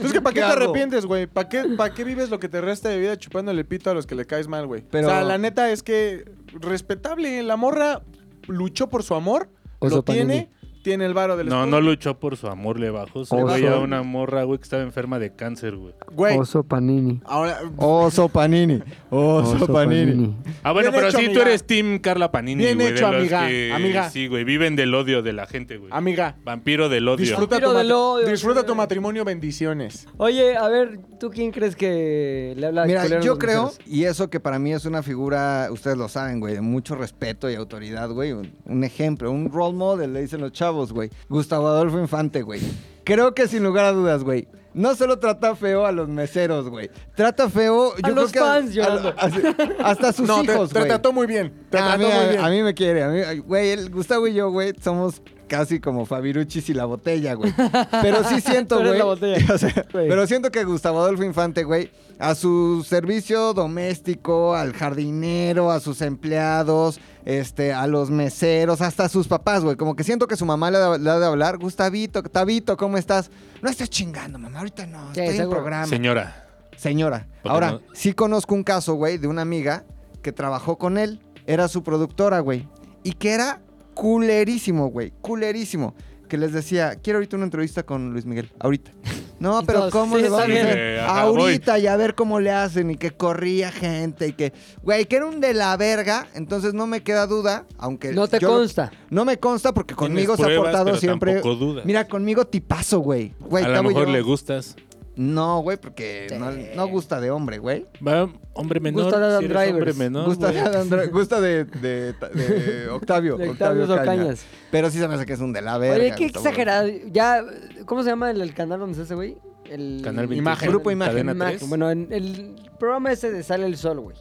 Es que ¿para
¿Qué
qué, te
hago?
arrepientes, güey? ¿Para qué, pa' qué vives lo que te resta de vida chupándole el pito a los que le caes mal, güey?
Pero-
O sea, la neta es que respetable. ¿eh? La morra luchó por su amor,
Oso
lo tiene, tiene el varo del
No,
escudo.
no luchó por su amor, le bajó. Se le
Oso.
veía una morra, güey, que estaba enferma de cáncer, güey.
Güey,
Panini.
ahora...
Oso Panini. Oso, Panini.
Ah, bueno,
Bien
pero
hecho,
sí, tú
amiga.
eres Team Carla Panini,
Bien
güey. de
hecho,
los
amiga,
que-
amiga.
Sí, güey, viven del odio de la gente, güey.
Amiga,
Vampiro del odio.
disfruta, tu,
Tiro del
matri-
odio,
disfruta tu
güey.
matrimonio, bendiciones.
Oye, a ver, ¿tú quién crees que le habla
Mira,
culero a
yo
los
creo,
meseros?
y eso que para mí es una figura, ustedes lo saben, güey, de mucho respeto y autoridad, güey. Un, un ejemplo, un role model, le dicen los chavos, güey. Gustavo Adolfo Infante, güey. Creo que sin lugar a dudas, güey. No solo trata feo a los meseros, güey. Trata feo. yo creo
los
que
fans, Yolanda.
a- hasta a sus
no, te-
hijos,
te,
güey.
trató muy bien. Te
Ah, a,
trató
mí,
muy
a-
bien.
a mí me quiere, a mí, güey, el Gustavo y yo, güey, somos casi como Fabiruchis y la botella, güey. Pero sí siento,
Tú eres
güey.
la botella.
o sea,
Güey.
pero siento que Gustavo Adolfo Infante, güey, a su servicio doméstico, al jardinero, a sus empleados, este, a los meseros, hasta a sus papás, güey. Como que siento que su mamá le ha, le ha de hablar, Gustavito, Tabito, ¿cómo estás? No estás chingando, mamá, ahorita no,
Sí,
estoy en
seguro.
programa.
Señora.
Señora,
Porque
ahora
no-
sí conozco un caso, güey, de una amiga que trabajó con él. Era su productora, güey. Y que era culerísimo, güey. Culerísimo. Que les decía, quiero ahorita una entrevista con Luis Miguel. Ahorita. No, pero
Entonces,
¿cómo
sí,
le va a
está bien.
hacer?
Eh, ajá,
ahorita y a ver cómo le hacen. Y que corría gente y que... Güey, que era un de la verga. Entonces no me queda duda, aunque...
No te
yo lo-
consta.
No me consta porque
Tienes
conmigo se ha
pruebas,
portado
pero
siempre...
tampoco dudas.
Mira, conmigo tipazo, güey. Güey,
a lo
Tavo y
mejor
yo-
le gustas.
No, güey, porque
Sí.
no, no gusta de hombre, güey.
Va, hombre menor.
Gusta de Adam
si eres
Drivers.
hombre menor,
gusta,
güey.
de Andra- gusta de, de- de Octavio.
De
Octavio,
Octavio
Ocaña.
Ocañas.
Pero sí se me hace que es un de la verga.
Oye, qué
Gustavo.
exagerado. Ya, ¿cómo se llama el, el canal donde se hace, güey? El
Canal 21.
Imagen.
Grupo Imagen.
Cadena
Mm, Imagen.
3.
Bueno, en el programa ese de Sale el Sol, güey.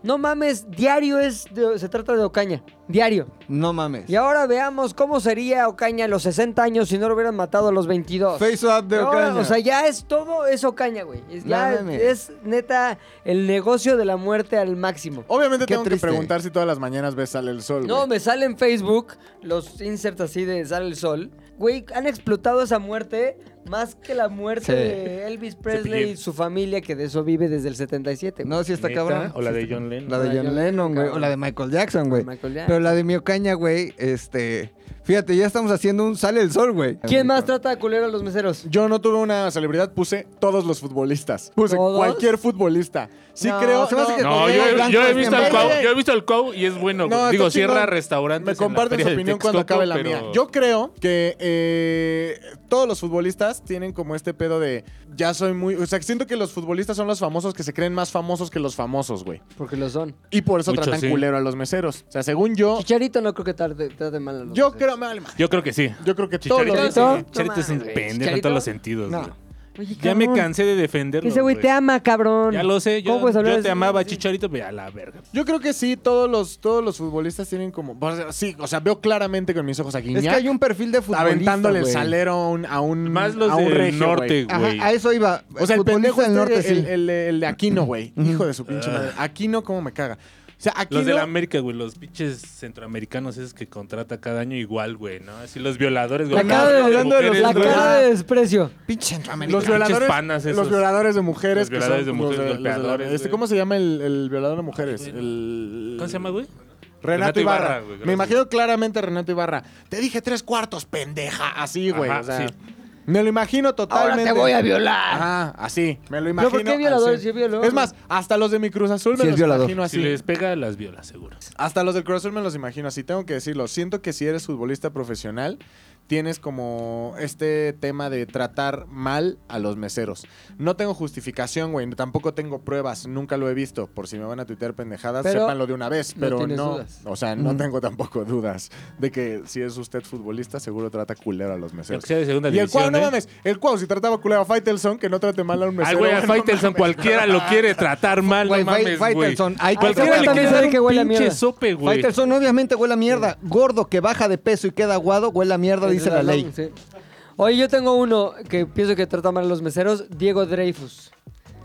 No mames, diario es de- se trata de Ocaña. Diario.
No mames.
Y ahora veamos cómo sería Ocaña a los 60 años si no lo hubieran matado a los 22.
Face up de
No,
Ocaña.
O sea, ya es todo es Ocaña, güey. Es,
No
ya
mames.
es neta el negocio de la muerte al máximo.
Obviamente
Qué
tengo
triste.
que preguntar si todas las mañanas ves sale el sol,
No,
güey.
me sale en Facebook los inserts así de Sale el Sol. Güey, han explotado esa muerte más que la muerte
Sí.
de Elvis Presley
Cepillín.
y su familia, que de eso vive desde el 77. güey.
no, sí está
¿Neta?
cabrón.
O la
Sí
de
está-
John Lennon.
La de John Lennon, güey. O la de Michael Jackson, güey.
Michael Jackson.
Pero la de mi Ocaña, güey, este... Fíjate, ya estamos haciendo un sale el sol, güey.
¿Quién más trata de culero a los meseros?
Yo no tuve una celebridad, puse todos los futbolistas. Puse
¿Todos?
cualquier futbolista. Sí
No,
creo...
se me hace que
No,
Porque
yo,
hay
he- yo
blancos
he visto
que
al
en
Cuau,
vez de-
yo he visto al Cuau y es bueno. güey.
No, está
Digo, cierra
chingón.
restaurantes.
Me
en la
comparten
feria
su
de
opinión cuando
Texcoco,
acabe la
pero-
mía. Yo creo que eh, todos los futbolistas tienen como este pedo de ya soy muy. O sea, siento que los futbolistas son los famosos que se creen más famosos que los famosos, güey.
Porque lo son.
Y por eso
Mucho,
tratan
sí.
culero a los meseros. O sea, según yo,
Chicharito no creo que trate, trate mal a los
yo creo.
meseros.
Me vale madre.
Yo creo que sí.
Yo creo que todos
Chicharito,
los.
Chicharito.
Chicharito es un
No mames,
pendejo en
Chicharito.
todos los sentidos.
No.
güey.
Oye,
Ya me
cabrón,
cansé de defenderlo.
Ese güey
güey.
te ama, cabrón.
Ya lo sé, yo,
¿Cómo puedes hablar
yo
así?
te amaba,
Sí.
Chicharito, pero a la verga.
Yo creo que sí, todos los, todos los futbolistas tienen como. Sí, o sea, veo claramente con mis ojos a
Es que hay
Guiñac
un perfil de futbolista,
aventándole el
güey.
salero a un. A un
Más los
a un
del
regio, güey.
norte,
Ajá,
güey.
a eso iba.
O sea, el
Futbolista
pendejo
del norte,
este, el,
sí.
el- el de Aquino, güey. Hijo de su pinche
Ah.
madre. Aquino, cómo me caga. O sea, Aquino...
Los de la América, güey, los pinches centroamericanos esos que contrata cada año igual, güey, ¿no? Así los violadores, güey.
La cara de-
Hablando de
La
güey.
cara de desprecio.
Pinche centroamericano.
los violadores,
pinches panas esos.
los violadores de
Los
mujeres. que
violadores
son
de mujeres,
los de-
golpeadores,
los de- este,
güey.
¿Cómo se llama el, el violador de mujeres? El-
¿Cómo se llama, güey?
Renato
Renato Ibarra,
Ibarra.
güey,
me
gracias.
imagino claramente a Renato Ibarra. Te dije tres cuartos, pendeja. Así, güey.
Ajá,
o sea,
sí.
Me lo imagino totalmente.
violar.
Ajá, así. Me lo
Pero,
imagino.
¿por qué violadores?
así.
Sí, violador.
Es más, hasta los de mi Cruz Azul me
Sí, es
los
violador.
imagino así.
Si les pega, las viola, seguro.
Hasta los del Cruz Azul me los imagino así, tengo que decirlo. Siento que si eres futbolista profesional, tienes como este tema de tratar mal a los meseros. No tengo justificación, güey. Tampoco tengo pruebas. Nunca lo he visto. Por si me van a tuitear pendejadas,
Pero
sépanlo de una vez.
no
Pero
tienes
no.
dudas.
O sea, no
Ujú.
tengo tampoco dudas de que si es usted futbolista, seguro trata culero a los
Aunque
meseros.
sea de segunda
Y el Cuau,
división.
no
¿eh?
mames, el Cuau, si trataba culero a Faitelson, que no trate mal a un mesero.
Al güey, a
güey, no
Faitelson
mames.
cualquiera lo quiere tratar mal,
Güey,
no mames,
Fai-
güey.
Faitelson, ay,
Cualquiera
ese güey
le quiere
también
dar
sabe que huele a
un pinche
mierda.
sope, güey.
Faitelson obviamente huele a mierda. Gordo que baja de peso y queda aguado, huele a mierda, dice la ley.
Sí. Oye, yo tengo uno que pienso que trata mal a los meseros, Diego Dreyfus.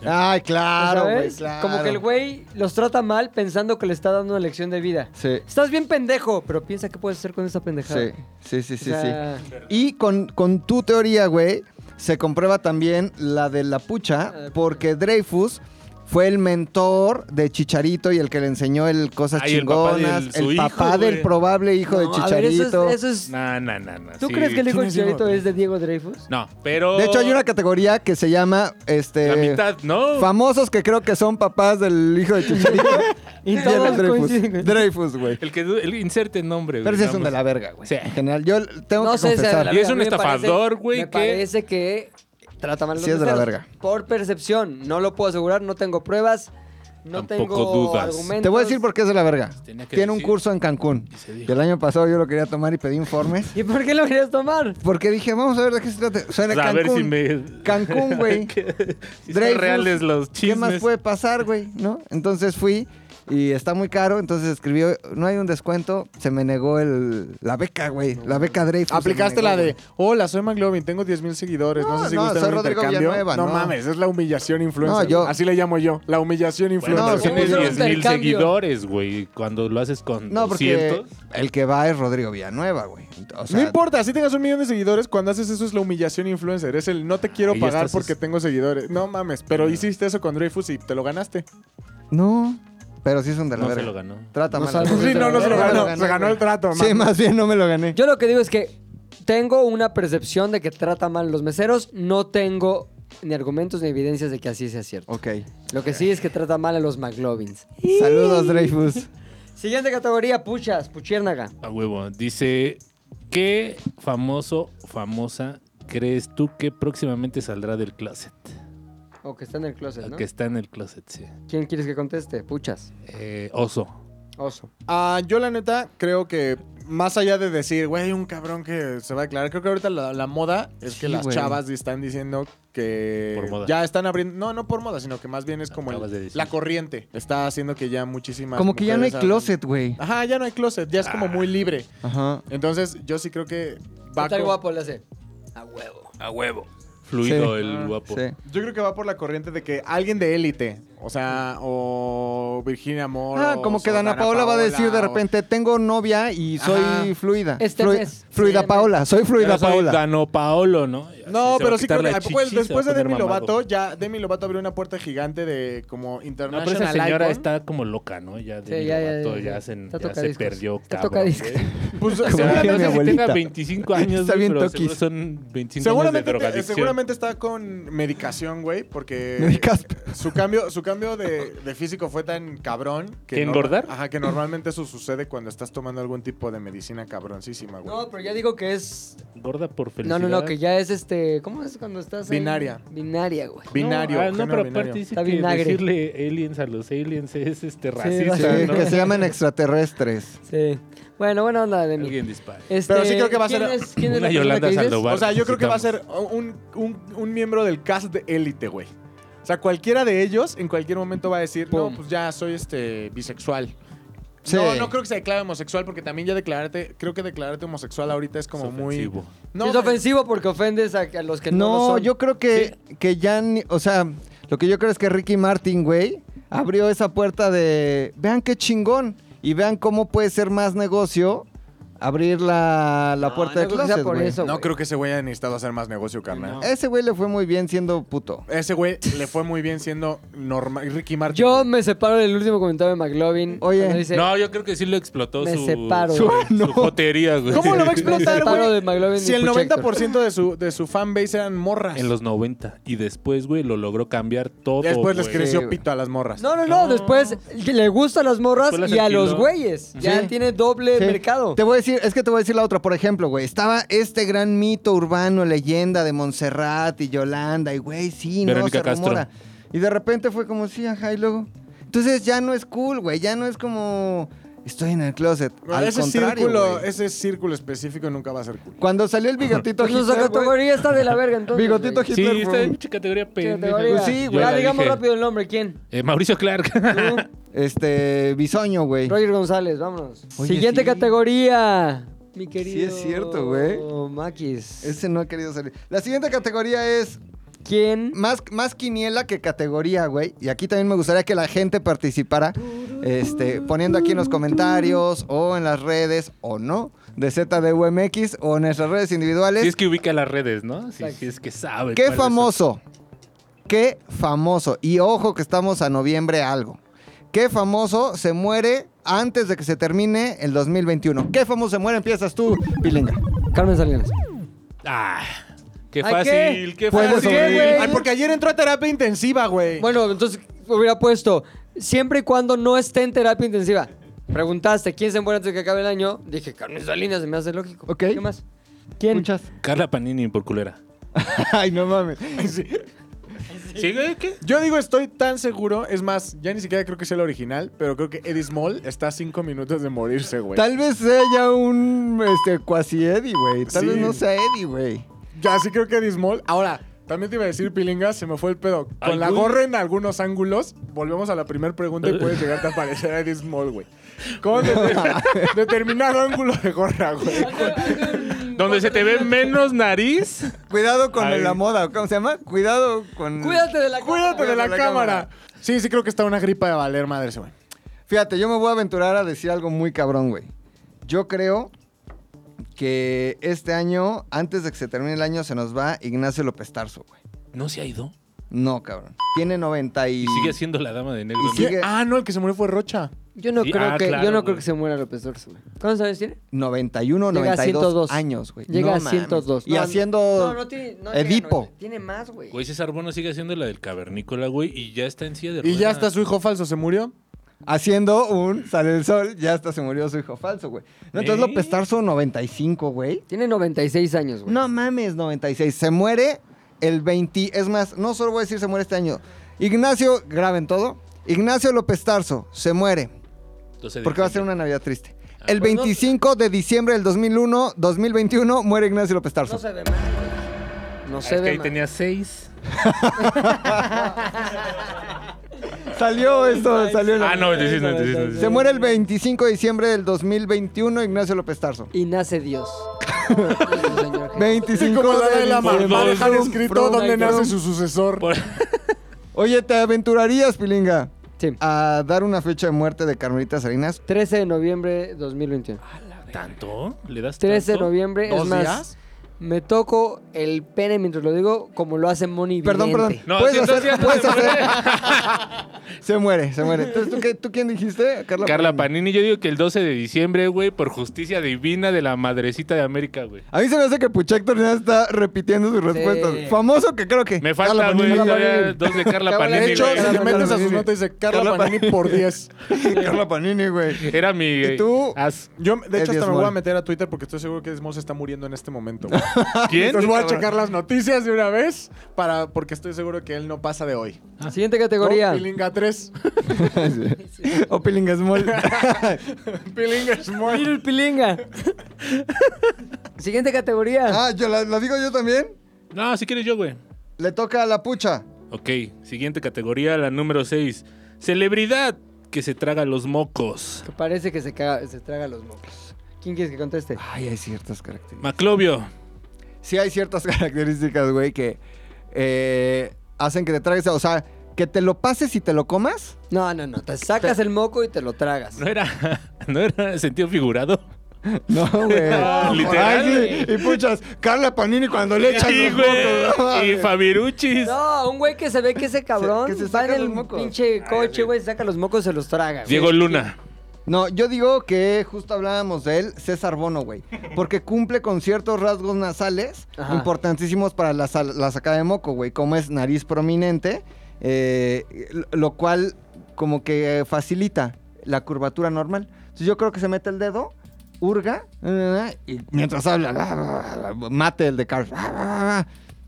Ay, claro, güey,
¿Sabes?
claro.
Como que el güey los trata mal pensando que le está dando una lección de vida.
Sí,
Estás bien pendejo, pero piensa qué puedes hacer con esa pendejada.
sí, sí, sí, sí.
O
sí.
sea,
Y con, con tu teoría, güey, se comprueba también la de la pucha, porque Dreyfus fue el mentor de Chicharito y el que le enseñó el cosas
Ay, el papá del-
chingonas,
su
el
hijo,
papá del
güey.
probable hijo de
no, a ver, eso es-
Chicharito.
eso es-
No, no, no, no.
¿Tú
sí.
crees que el hijo de
¿Quién es Diego
Chicharito es de Diego Dreyfus?
No, pero...
De hecho, hay una categoría que se llama
La
este
mitad, ¿no?
famosos que creo que son papás del hijo de Chicharito y, el
todos
Dreyfus.
coinciden, güey.
Dreyfus, güey.
El que el inserte nombre, güey.
Pero sí es un
nada
de la
más.
verga, güey.
Sí.
En general, yo tengo que
sea de
confesar.
la
Y
verga.
es un
A mí me parece-
estafador, güey,
Me
que-
parece que trata mal a los
Sí es de la
meseros.
verga.
Por percepción, no lo puedo asegurar, no tengo pruebas, no
Tampoco
tengo
dudas.
argumentos.
Te voy a decir por qué es de la verga.
Pues Tenía que
Tiene un
decir.
curso en Cancún.
Y se dijo.
Y el año pasado yo lo quería tomar y pedí informes.
¿Y por qué lo querías tomar?
Porque dije, vamos a ver de qué se trata. Suena
O sea, a ver
Cancún.
si me...
Cancún, güey.
que- si son
Dreyfus,
reales los
¿Qué
chismes.
más puede pasar, güey? ¿No? Entonces fui y está muy caro. Entonces escribió, no hay un descuento. Se me negó el, la beca, güey. La beca Dreyfus. se me
Aplicaste
negó,
la de,
güey.
hola, soy McLovin, tengo 10.000 seguidores, no,
No,
sé si
no,
gustan
soy
un
Rodrigo
intercambio.
Villanueva,
no,
no.
mames, es la humillación influencer.
No, yo-
Así le llamo yo, la humillación
Bueno,
influencer.
No,
pero
según
tienes
yo-
10 mil
intercambio.
seguidores, güey. Cuando lo haces con
No, porque
200.
el que va es Rodrigo Villanueva, güey. O sea,
no importa, si tengas un millón de seguidores, cuando haces eso es la humillación influencer. Es el no te quiero
Ahí
pagar
estás-
porque tengo seguidores. No mames, pero hiciste eso con Dreyfus y te lo ganaste.
No, pero sí es un de la
No se
verga.
lo ganó.
Trata
No
mal.
sabes.
Sí, no, no se lo
No me
ganó.
lo
se ganó
güey.
el trato,
Sí,
man.
más bien no me lo gané.
Yo lo que digo es que tengo una percepción de que trata mal a los meseros, no tengo ni argumentos ni evidencias de que así sea cierto.
Ok.
Lo que sí es que trata mal a los McLovins.
Saludos, Dreyfus.
Siguiente categoría, puchas, puchiérnaga.
A huevo. Dice, ¿qué famoso, famosa crees tú que próximamente saldrá del closet?
O que está en el closet, ¿no?
Que está en el closet, sí.
¿Quién quieres que conteste? Puchas.
Eh, oso.
Oso.
Ah, yo la neta creo que más allá de decir, güey, un cabrón que se va a declarar, creo que ahorita la, la moda es que
Sí,
las
güey.
chavas están diciendo que
Por moda.
ya están abriendo, no, no por moda, sino que más bien es como el-
Acabas de decir.
la corriente. Está haciendo que ya muchísimas...
Como que ya no hay
mujeres abran-
closet, güey.
Ajá, ya no hay closet, ya es como
Ah.
muy libre.
Ajá.
Entonces yo sí creo que va...
Está
co-
guapo, le hace. A huevo.
A huevo.
Fluido
Ah,
Sí.
el guapo.
Sí.
Yo creo que va por la corriente de que alguien de élite, o sea, o Virginia Moore.
Ah,
o-
como que
o
Dana Paola va a decir de
o-
repente, tengo novia y soy
Ajá.
fluida.
Este
Flui-
mes.
Fluida
Sí,
Paola, soy
Ya
fluida
soy
Paola.
Dano Paolo, ¿no?
No, pero sí creo que pues,
después,
después de Demi Lovato, ya Demi Lovato abrió una puerta gigante de como pues,
No, pero
international
esa señora
icon.
está como loca, ¿no? Ya Demi
¿eh? ya, ya,
Lovato
ya,
ya,
ya.
se,
Está
ya se
tocadiscos.
perdió,
Está
cabrón.
tocadiscos.
güey.
Pues,
Como
Seguramente
dijera mi
no sé si
abuelita.
tenga 25 años,
Está
güey,
bien
pero
toquis.
seguro son 25
seguramente,
años de
te-
drogadicción.
seguramente está con medicación, güey, porque
Medicasp.
su cambio, su cambio de, de físico fue tan cabrón que
¿Que engordar?
Ajá, que normalmente eso sucede cuando estás tomando algún tipo de medicina cabroncísima, güey.
No, pero ya digo que es.
Gorda por
No,
felicidad.
no, no, que ya es este. ¿Cómo es cuando estás. ahí?
Binaria.
Binaria, güey.
Binario.
No, ah, no
género
pero
binario.
aparte dice
Está
que
vinagre.
decirle aliens a los aliens es este racista,
Sí,
¿no?
que se llaman extraterrestres.
Sí. Bueno, buena onda de mí.
Alguien dispara.
Este,
Pero sí creo que va a
¿quién
ser
Es, ¿Quién es
una
la persona
Yolanda
que dices?
Sandoval.
O sea, yo creo que va a ser
necesitamos.
un, un- un miembro del cast de élite, güey. O sea, cualquiera de ellos en cualquier momento va a decir,
Pum.
no, pues ya soy este bisexual.
Sí.
No, no creo que se declare homosexual porque también ya declararte, creo que declararte homosexual ahorita es como
Es
muy...
ofensivo.
No,
es ofensivo porque ofendes a, a los que no, lo
No,
son.
yo creo que, que ya, ni- o sea, lo que yo creo es que Ricky Martin, güey, abrió esa puerta de, vean qué chingón, y vean cómo puede ser más negocio abrir la, la
No,
puerta de
no creo que sea
closet,
por
güey.
eso.
no creo que ese güey haya necesitado hacer más negocio, carnal. Eh,
Ese güey le fue muy bien siendo puto.
Ese güey le fue muy bien siendo normal. Ricky Martin.
Yo me separo del último comentario de McLovin.
Oye.
cuando dice,
No, yo creo que sí lo explotó
Me
su,
separo.
su,
No.
su jotería, güey.
¿Cómo lo va a
Me
explotar,
separo de
güey?
McLovin
Si
y
el
Puch Héctor.
90% de su, de su fanbase eran morras.
En los 90. Y después, güey, lo logró cambiar todo,
Después les
güey.
creció
Sí, güey.
pito a las morras.
No, no, no, después le gustan las morras
Después las
y a los
alquiló.
güeyes. Ya
Sí.
tiene doble
Sí.
mercado.
Te voy a decir, decir, es que te voy a decir la otra. Por ejemplo, güey, estaba este gran mito urbano, leyenda de Montserrat y Yolanda, y güey, sí,
Verónica
no se
Castro.
rumora. Y de repente fue como, sí, ajá, y luego. Entonces ya no es cool, güey, ya no es como, estoy en el closet.
Güey,
Al
ese,
contrario,
círculo,
güey.
ese círculo específico nunca va a ser cool.
Cuando salió el bigotito
Pues nuestra
Hitler, güey,
categoría está de la verga, entonces.
Bigotito
güey.
Sí,
Hitler,
está
güey.
en mucha categoría pendeja.
Categoría.
Pues sí,
Yo
Ya,
la
digamos
dije.
rápido el nombre. ¿Quién?
Eh, Mauricio Clark.
este, bisoño, güey.
Roger González, vámonos.
Oye,
Siguiente
sí.
categoría. Mi querido.
es cierto, güey.
Maquis.
Ese no ha querido salir. La siguiente categoría es
¿Quién?
más, más quiniela que categoría, güey. Y aquí también me gustaría que la gente participara, este, poniendo aquí en los comentarios o en las redes o no de ZDUMX o en nuestras redes individuales.
Si es que ubica las redes, ¿no? Si,
Exacto.
si es que sabe.
¡Qué
cuál es el-
famoso! ¡Qué famoso! Y ojo que estamos a noviembre algo. ¿Qué famoso se muere antes de que se termine el 2021? ¿Qué famoso se muere? Empiezas tú, Pilinga.
Carmen Salinas.
Ah, qué
Ay,
fácil,
¿qué?
qué,
Pues,
fácil.
¿qué, güey?
Ay, porque ayer entró a terapia intensiva, güey.
Bueno, entonces hubiera puesto, siempre y cuando no esté en terapia intensiva. Preguntaste, ¿quién se muere antes de que acabe el año? Dije, Carmen Salinas, se me hace lógico.
Ok.
¿Qué más? ¿Quién?
Muchas.
Carla Panini por culera.
Ay, no mames.
¿Sí, güey? ¿Qué?
Yo digo, estoy tan seguro. Es más, ya ni siquiera creo que sea el original, pero creo que Eddie Small está a cinco minutos de morirse, güey.
Tal vez sea ya un este cuasi Eddie, güey. Tal
Sí.
vez no sea Eddie, güey.
Ya sí creo que Eddie Small. Ahora, también te iba a decir, Pilinga, se me fue el pedo. Con
Ay,
la
güey.
gorra en algunos ángulos, volvemos a la primera pregunta y puedes llegarte a parecer a Eddie Small, güey. Con de- determinado ángulo de gorra, güey.
Donde se te ve menos nariz.
Cuidado con
Ay.
la moda, ¿cómo se llama? Cuidado con
Cuídate de la
Cuídate de la,
la cámara.
cámara. Sí, sí creo que está una gripa de valer madre ese güey.
Fíjate, yo me voy a aventurar a decir algo muy cabrón, güey. Yo creo que este año, antes de que se termine el año, se nos va Ignacio López Tarso, güey.
No se ha ido.
No, cabrón. Tiene 90 y...
Y sigue siendo la dama de negro.
Y
¿no?
sigue-
Ah, no, el que se murió fue Rocha.
Yo no,
Sí,
creo,
ah,
que, yo
claro,
no
güey.
creo que se muera López Torres, güey. ¿Cuántos años tiene?
91,
Llega a
92
102.
años, güey.
Llega
No
a
mames.
102.
Y
No,
haciendo...
No, no tiene. No llega a
Edipo.
90. Tiene más, güey.
Güey, César Bono sigue haciendo la del cavernícola, güey, y ya está en silla de
Y ya
ruedas.
está su hijo falso, se murió.
Haciendo un sale el sol, ya hasta se murió su hijo falso, güey. No, entonces
¿Eh?
López Tarso 95, güey.
Tiene 96 años, güey.
No mames, 96. Se muere el 20. Es más, no solo voy a decir se muere este año. Ignacio, graben todo. Ignacio López Tarso se muere
Entonces,
porque va a ser una Navidad triste.
Ah,
El
pues no.
25 de diciembre del 2001, 2021, muere Ignacio López Tarso.
No se ve mal, güey. No
Ah,
se
es que
ve
ahí
mal.
tenía seis.
Salió esto, salió. la-
Ah, no, 96, 96, 96.
Se muere el 25 de diciembre del 2021, Ignacio López Tarso.
Y nace Dios. Nuestro Señor Jesús.
25
Como la de la
Por dos.
va a dejar escrito
Por dos.
donde nace su sucesor.
Por-
Oye, ¿te aventurarías, Pilinga,
Sí.
a dar una fecha de muerte de Carmelita Salinas?
13 de noviembre 2021.
¿Tanto? ¿Le das
13 de
tanto?
noviembre, es
¿Dos
más,
días?
me toco el pene mientras lo digo, como lo hace Moni
Perdón, perdón.
Vidente.
No,
puedes
sí,
hacer,
entonces ya no
puedes
se muere.
hacer. se muere, se muere. Entonces, ¿tú, qué- tú quién dijiste? Carla.
Carla Panini, yo digo que el 12 de diciembre, güey, por justicia divina de la madrecita de América, güey.
A mí se me hace que Puchector Tornado está repitiendo sus respuestas. Famoso que creo que.
Me
Carla
falta,
Panini,
güey,
Carla
todavía
Panini.
dos de Carla
Carla,
Panini,
De hecho,
güey.
si te
Carla
metes a sus
Panini.
notas, dice Carla
Carla
Panini por 10.
Carla Panini, güey.
Era mi...
¿Y tú?
as-
Yo, de hecho,
Eddie
hasta me voy
Small.
a meter a Twitter porque estoy seguro que Desmos está muriendo en este momento. güey.
¿Quién?
Entonces voy a checar las noticias de una vez para, porque estoy seguro que él no pasa de hoy.
Siguiente
¿No?
categoría.
Pilinga 3.
o Pilinga Small.
Pilinga Small.
Little Pilinga. Siguiente categoría.
ah, yo la, la digo yo también.
No, si quieres yo, güey.
Le toca a la pucha.
Ok, siguiente categoría, la número 6. Celebridad que se traga los mocos.
Que parece que se, caga- se traga los mocos. ¿Quién quieres que conteste?
Ay, hay ciertas características.
Maclovio.
sí hay ciertas características, güey, que eh, hacen que te tragues, o sea, que te lo pases y te lo comas.
No, no, no. Te sacas el moco y te lo tragas.
No era, no era sentido figurado.
No, güey.
Literal.
Ay, sí, Y puchas, Carla Panini cuando le echan
Sí,
los mocos, no
güey. Y
mames.
Fabiruchis.
No, un güey que se ve que ese cabrón
que se
va
saca
en el
los mocos.
pinche coche, güey, se saca los mocos y se los traga. güey.
Diego Luna.
No, yo digo que justo hablábamos de él, César Bono, güey. Porque cumple con ciertos rasgos nasales
Ajá.
importantísimos para la, sal- la sacada de moco, güey. Como es nariz prominente, eh, lo cual como que facilita la curvatura normal. Entonces yo creo que se mete el dedo Urga, y mientras habla, mate el de Cars.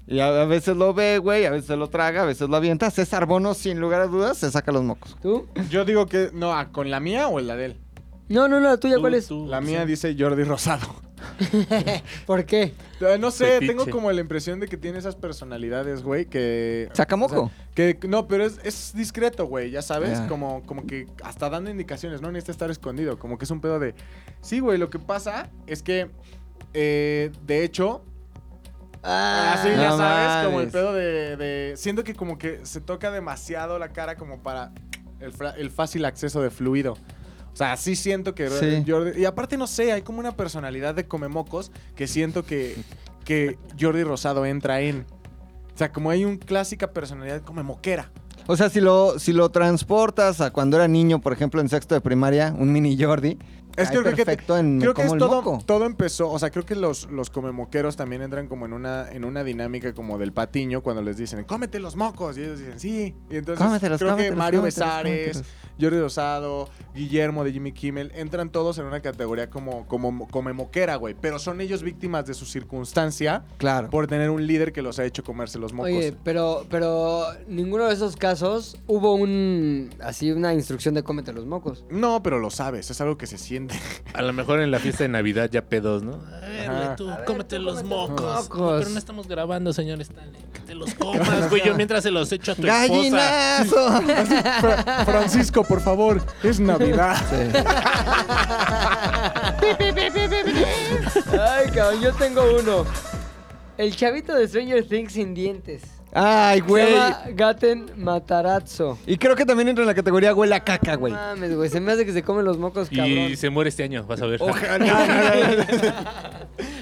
Y a a veces lo ve, güey, a veces lo traga, a veces lo avienta. César Bono, sin lugar a dudas, se saca los mocos.
¿Tú?
Yo digo que. No, ah, ¿con la mía o la de él?
No, no, no, la tuya,
Tú,
¿cuál es?
tú,
La
Uh, sí.
mía dice Jordi Rosado.
¿Por qué?
Eh, No sé,
Fetiche.
tengo como la impresión de que tiene esas personalidades, güey, que.
Saca moco.
o sea, que, no, pero es, es discreto, güey, ya sabes.
Ya.
Como, como que hasta dando indicaciones, no necesita estar escondido. Como que es un pedo de. Sí, güey, lo que pasa es que. eh, de hecho, así ya
no
sabes, como el
mames.
pedo de, de- Siento que como que se toca demasiado la cara como para el, fra- el fácil acceso de fluido. O sea, sí siento que
Sí.
Jordi. Y aparte, no sé, hay como una personalidad de comemocos que siento que, que Jordi Rosado entra en. O sea, como hay una clásica personalidad como moquera.
O sea, si lo, si lo transportas a cuando era niño, por ejemplo, en sexto de primaria, un mini Jordi.
Es que
cae
creo que te-
perfecto en
Creo que
como
es
el
todo,
moco.
todo empezó, o sea, creo que los, los comemoqueros también entran como en una, en una dinámica como del patiño cuando les dicen, cómete los mocos, y ellos dicen, sí. Y entonces
Cómetelos,
creo que
cómetelos,
Mario
cómetelos,
Besares,
cómetelos.
Jordi Rosado, Guillermo de Jimmy Kimmel, entran todos en una categoría como, como comemoquera, güey. Pero son ellos víctimas de su circunstancia
Claro.
por tener un líder que los ha hecho comerse los mocos.
Oye, pero, pero ninguno de esos casos hubo un así una instrucción de cómete los mocos.
No, pero lo sabes, es algo que se siente.
A lo mejor en la fiesta de Navidad ya pedos, ¿no? A ver,
Ajá.
güey, tú, cómete los mocos.
mocos.
No, pero no estamos grabando, señor Stanley. Que te los comas, güey. Yo mientras se los echo a tu esposa.
¡Gallinazo!
Fra- Francisco, por favor, es Navidad.
Ay, cabrón, yo tengo uno. El chavito de Stranger Things sin dientes.
Ay,
Se
güey.
llama Gaten Matarazzo.
Y creo que también entra en la categoría huele a caca, güey.
Mames, güey, se me hace que se comen los mocos, cabrón.
Y se muere este año, vas a ver.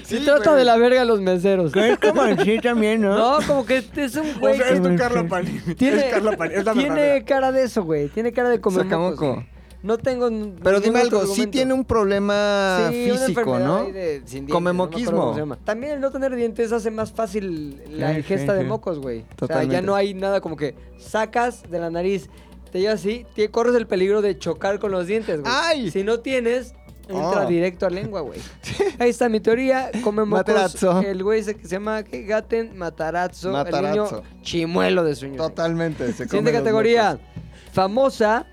se trata de la verga a los meseros.
Es como así también,
No, como que es un
O
güey.
sea, es
que
tu Carla Panini.
tiene,
es Carla Panini, es la verdadera.
tiene cara de eso, güey. Tiene cara de comer mocos.
Sacamoco.
No tengo. n-
Pero dime
ningún otro
algo, sí
argumento.
tiene un problema
Sí, una
físico,
enfermedad
¿no?
ahí de- sin dientes,
Comemoquismo.
no me acuerdo cómo se llama. También el no tener dientes hace más fácil la
Sí,
ingesta
sí,
de
sí.
mocos, güey. O sea, ya
Totalmente.
no hay nada como que sacas de la nariz, te llevas así, te corres el peligro de chocar con los dientes, güey.
¡Ay!
Si no tienes, entra
Oh.
directo a lengua, güey. Ahí está mi teoría, come mocos.
Materazzo.
El güey ese que se llama ¿qué? Gaten Matarazzo,
Matarazzo.
el niño chimuelo de sueño.
Totalmente. se come
Siguiente
los
categoría,
mocos.
famosa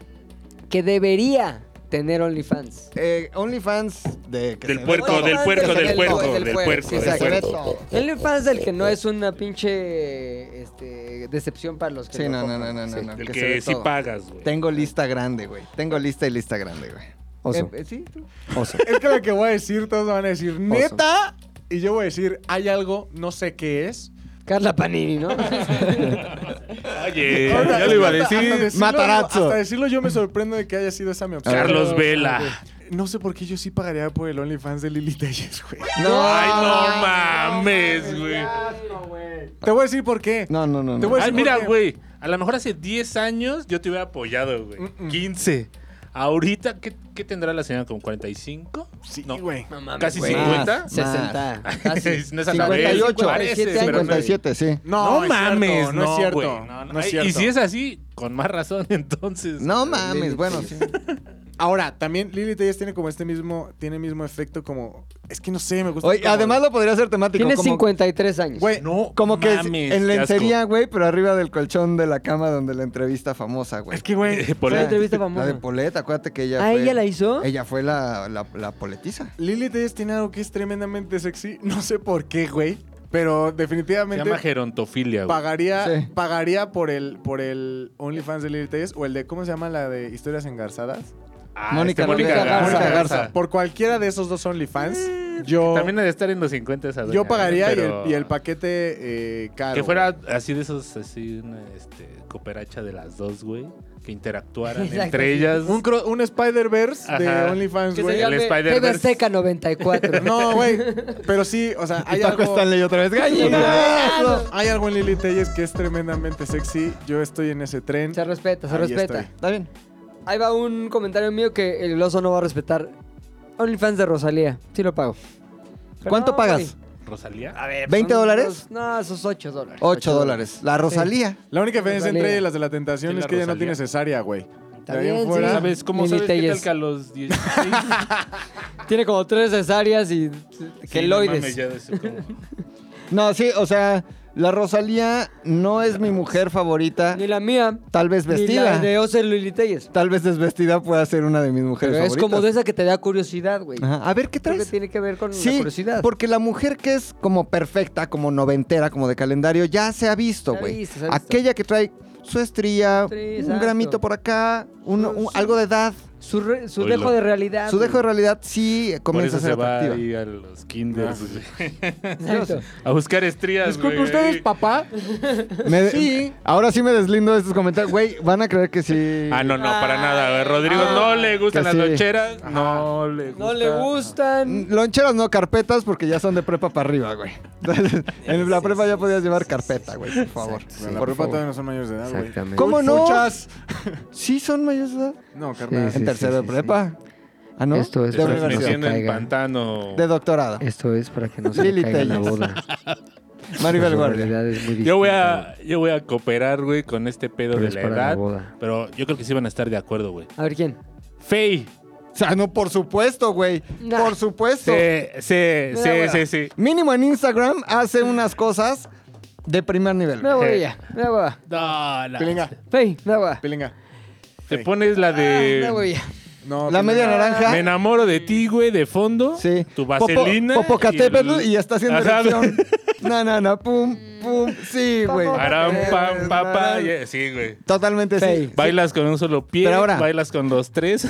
que debería tener OnlyFans.
Eh, OnlyFans de que
Del
se
puerco,
ve todo.
del puerco,
Que se
del
ve
puerco,
todo.
del puerco,
sí,
del
Que
exacto.
se ve
puerco.
todo.
El OnlyFans es el que
eh,
no es una pinche este, decepción para los que
Sí,
lo
no, no,
compran.
no, no,
Sí. Eh,
no, no.
El
que se ve
que sí
todo.
pagas, güey.
Tengo lista grande, güey. Tengo lista y lista grande, güey.
Oso.
Eh, eh, sí, tú.
Es que lo que voy a decir, todos van a decir, neta. Y yo voy a decir, hay algo, no sé qué es.
Carla Panini, ¿no?
Eh,
Oye,
Ahora, ah,
ya lo iba a
hasta- hasta
decir.
decirlo-
Matarazzo.
Hasta decirlo yo me sorprendo de que haya sido esa mi opción.
Carlos Vela.
Ah, No sé por qué yo sí pagaría por el OnlyFans de Lili Telles, güey.
No.
Ay, no mames, güey.
Te voy a decir por qué.
No, no, no.
Te
no.
voy a
Ay,
decir
mira,
Pues, por qué.
güey. A lo mejor hace 10 años yo te hubiera apoyado, güey. 15. Ahorita, ¿qué, qué tendrá la señora? ¿Con 45?
Sí,
No.
güey.
¿Casi
güey.
50?
Más,
60. Casi.
No es al revés,
58,
parece,
47
pero-
años.
57, sí.
No,
No,
es cierto,
mames,
no, es cierto.
güey,
no,
no, no.
es
Ay,
cierto.
Y si es así, con más razón, entonces.
No mames, bueno, sí.
Ahora, también Lili Telles tiene como este mismo, tiene mismo efecto como. Es que no sé, me gusta.
Oye,
como-
además lo podría hacer temático.
Tiene
como,
53 años.
Güey,
No,
Como que es
mames,
en
qué
lencería, güey, pero arriba del colchón de la cama donde la entrevista famosa, güey.
Es que, güey.
asco.
Fue
Por
la
ahí.
entrevista
La de
famosa.
Polet, acuérdate que ella
¿Ah,
fue-
ella la hizo?
Ella fue la, la, la poletiza.
Lily Tellez tiene algo que es tremendamente sexy. No sé por qué, güey. Pero
Se llama
definitivamente
gerontofilia, güey.
pagaría,
Sí.
pagaría por el por el OnlyFans de Lily Tellez o el de, ¿cómo se llama? La de Historias Engarzadas.
Ah,
Mónica-
este,
Mónica Garza.
Mónica
Garza.
Por cualquiera de esos dos OnlyFans, yo,
Eh, También ha de estar en los 50 esa doña,
yo pagaría y el-
pero-
y, el, paquete eh, caro.
Que fuera así de esos, así, una este, cooperacha de las dos, güey. Que interactuaran
Exacto,
entre
sí.
ellas.
un, cro- un Spider-Verse de
Ajá.
OnlyFans,
que se
güey.
llama-
llame
el Spider-Verse.
TV Azteca 94.
No, güey. Pero sí, o sea,
Y
hay
Paco
algo...
Stanley otra vez. ¡Gallinazo!
Hay algo en Lily Telles que es tremendamente sexy. Yo estoy en ese tren.
Se respeta, se
Ahí
respeta.
estoy.
Está bien.
Ahí va un comentario mío que el oso no va a respetar. OnlyFans de Rosalía. Sí lo pago. Pero
¿Cuánto
no,
pagas?
güey.
Rosalía.
¿20
Eh, pues, Son
dólares?
unos- No, esos 8 dólares.
8 dólares. La Rosalía.
La única diferencia
Rosalía.
Pues
entre ella y las de la tentación
Sí,
es
la
que ella no
Rosalía.
tiene cesárea, güey.
De ahí en
bien,
fuera-
sí.
¿Sabes cómo
Ah, Ni
sabes qué
detalles.
tal que a los 16?
Tiene como tres cesáreas y
Sí, no mames,
queloides.
ya de eso como-
No, sí, o sea, la Rosalía no es mi mujer favorita.
ni la mía.
Tal vez
Ni la
vestida.
de Ocelot Liliteyes.
Tal vez desvestida pueda ser una de mis mujeres
Pero es
favoritas.
como de esa que te da curiosidad, güey.
Ajá, A ver, ¿qué
Creo que
traes?
tiene que ver con la
Sí,
curiosidad.
porque la mujer que es como perfecta, como noventera, como de calendario, ya se ha visto,
Se ha
güey.
visto, se ha visto.
Aquella que trae su estrella,
Sí,
un
exacto.
gramito por acá, un- un-
Sí.
algo de edad.
Su, re- su
Oílo.
dejo de realidad.
Su
güey.
dejo de realidad sí
Por eso
comienza a ser
se va
atractiva.
ahí a los kinders, güey.
Exacto.
A buscar estrías,
Disculpe,
güey.
¿usted es papá?
Me-
Sí.
Ahora sí me deslindo de estos comentarios. Güey, van a creer que sí.
Ah, no, no, para nada. güey. Rodrigo no le gustan
Que
las
sí.
loncheras. No le gusta.
No le gustan.
Loncheras no, carpetas, porque ya son de prepa para arriba, güey. Entonces, en la prepa ya podías llevar carpeta, güey, por favor.
Pero en la
Por
prepa
favor.
todavía no son mayores de edad, güey.
¿Cómo no?
Muchas.
Sí son mayores de edad.
No, carnal.
Sí,
en
sí, sí,
tercero de prepa. Ah, ¿no?
Esto es
de
Estás
para que no
universidad.
se
metiendo en
caiga.
pantano.
De doctorado.
Esto es para que no se
Lili
le caiga la
Telles.
boda.
Maribel
La
Guardia.
realidad es muy
Yo voy a,
distinta,
yo voy a cooperar, güey, con este pedo
pero
de
es
la
para la
edad.
boda.
Pero yo creo que sí van a estar de acuerdo, güey.
A ver quién.
Fey.
O sea, no, por supuesto, güey.
Nah.
Por supuesto.
Sí, sí,
da hueva.
sí, sí, sí.
Mínimo en Instagram hace unas cosas de primer nivel.
Me da
Eh.
hueva ya. Me da hueva.
No, la-
Pilinga,
Fey, me da hueva.
pilinga.
Te pones la
Me
de.
da hueva ya.
No,
La
pilinga.
media naranja.
Me enamoro de ti, güey, de fondo.
Sí.
Tu
Popo-
vaselina.
Popocatépetl y,
el-
ya está haciendo
Ajá.
erupción. No, no, no. Pum, pum. Sí, güey.
Aram, pam, papá.
Aram.
yeah, Sí, güey.
Totalmente
Fey.
sí.
Bailas con un solo pie.
Pero ahora-
Bailas con los tres.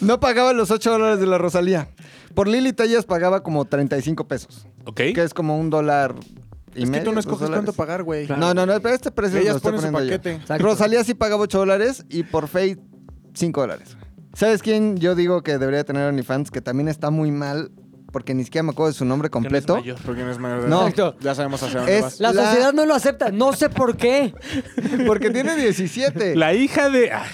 No pagaba los 8 dólares de la Rosalía. Por Lili Tallas pagaba como 35 pesos.
ok.
Que es como un dólar y
Es que
medio.
tú no
dos
escoges
pues, dólares.
cuánto pagar, güey.
No, no, no, pero este precio
Ellas
lo estoy
ponen su
poniendo yo.
paquete.
Exacto.
Rosalía sí pagaba 8 dólares y por Fey 5 dólares. ¿Sabes quién yo digo que debería tener OnlyFans? Que también está muy mal porque ni siquiera me acuerdo de su nombre
Que no es
completo.
mayor.
Porque no es mayor de
No.
edad.
Exacto.
Ya sabemos hacia dónde
Es
vas.
La,
La-
sociedad no lo acepta. No sé por qué.
Porque tiene 17.
La hija de. ah,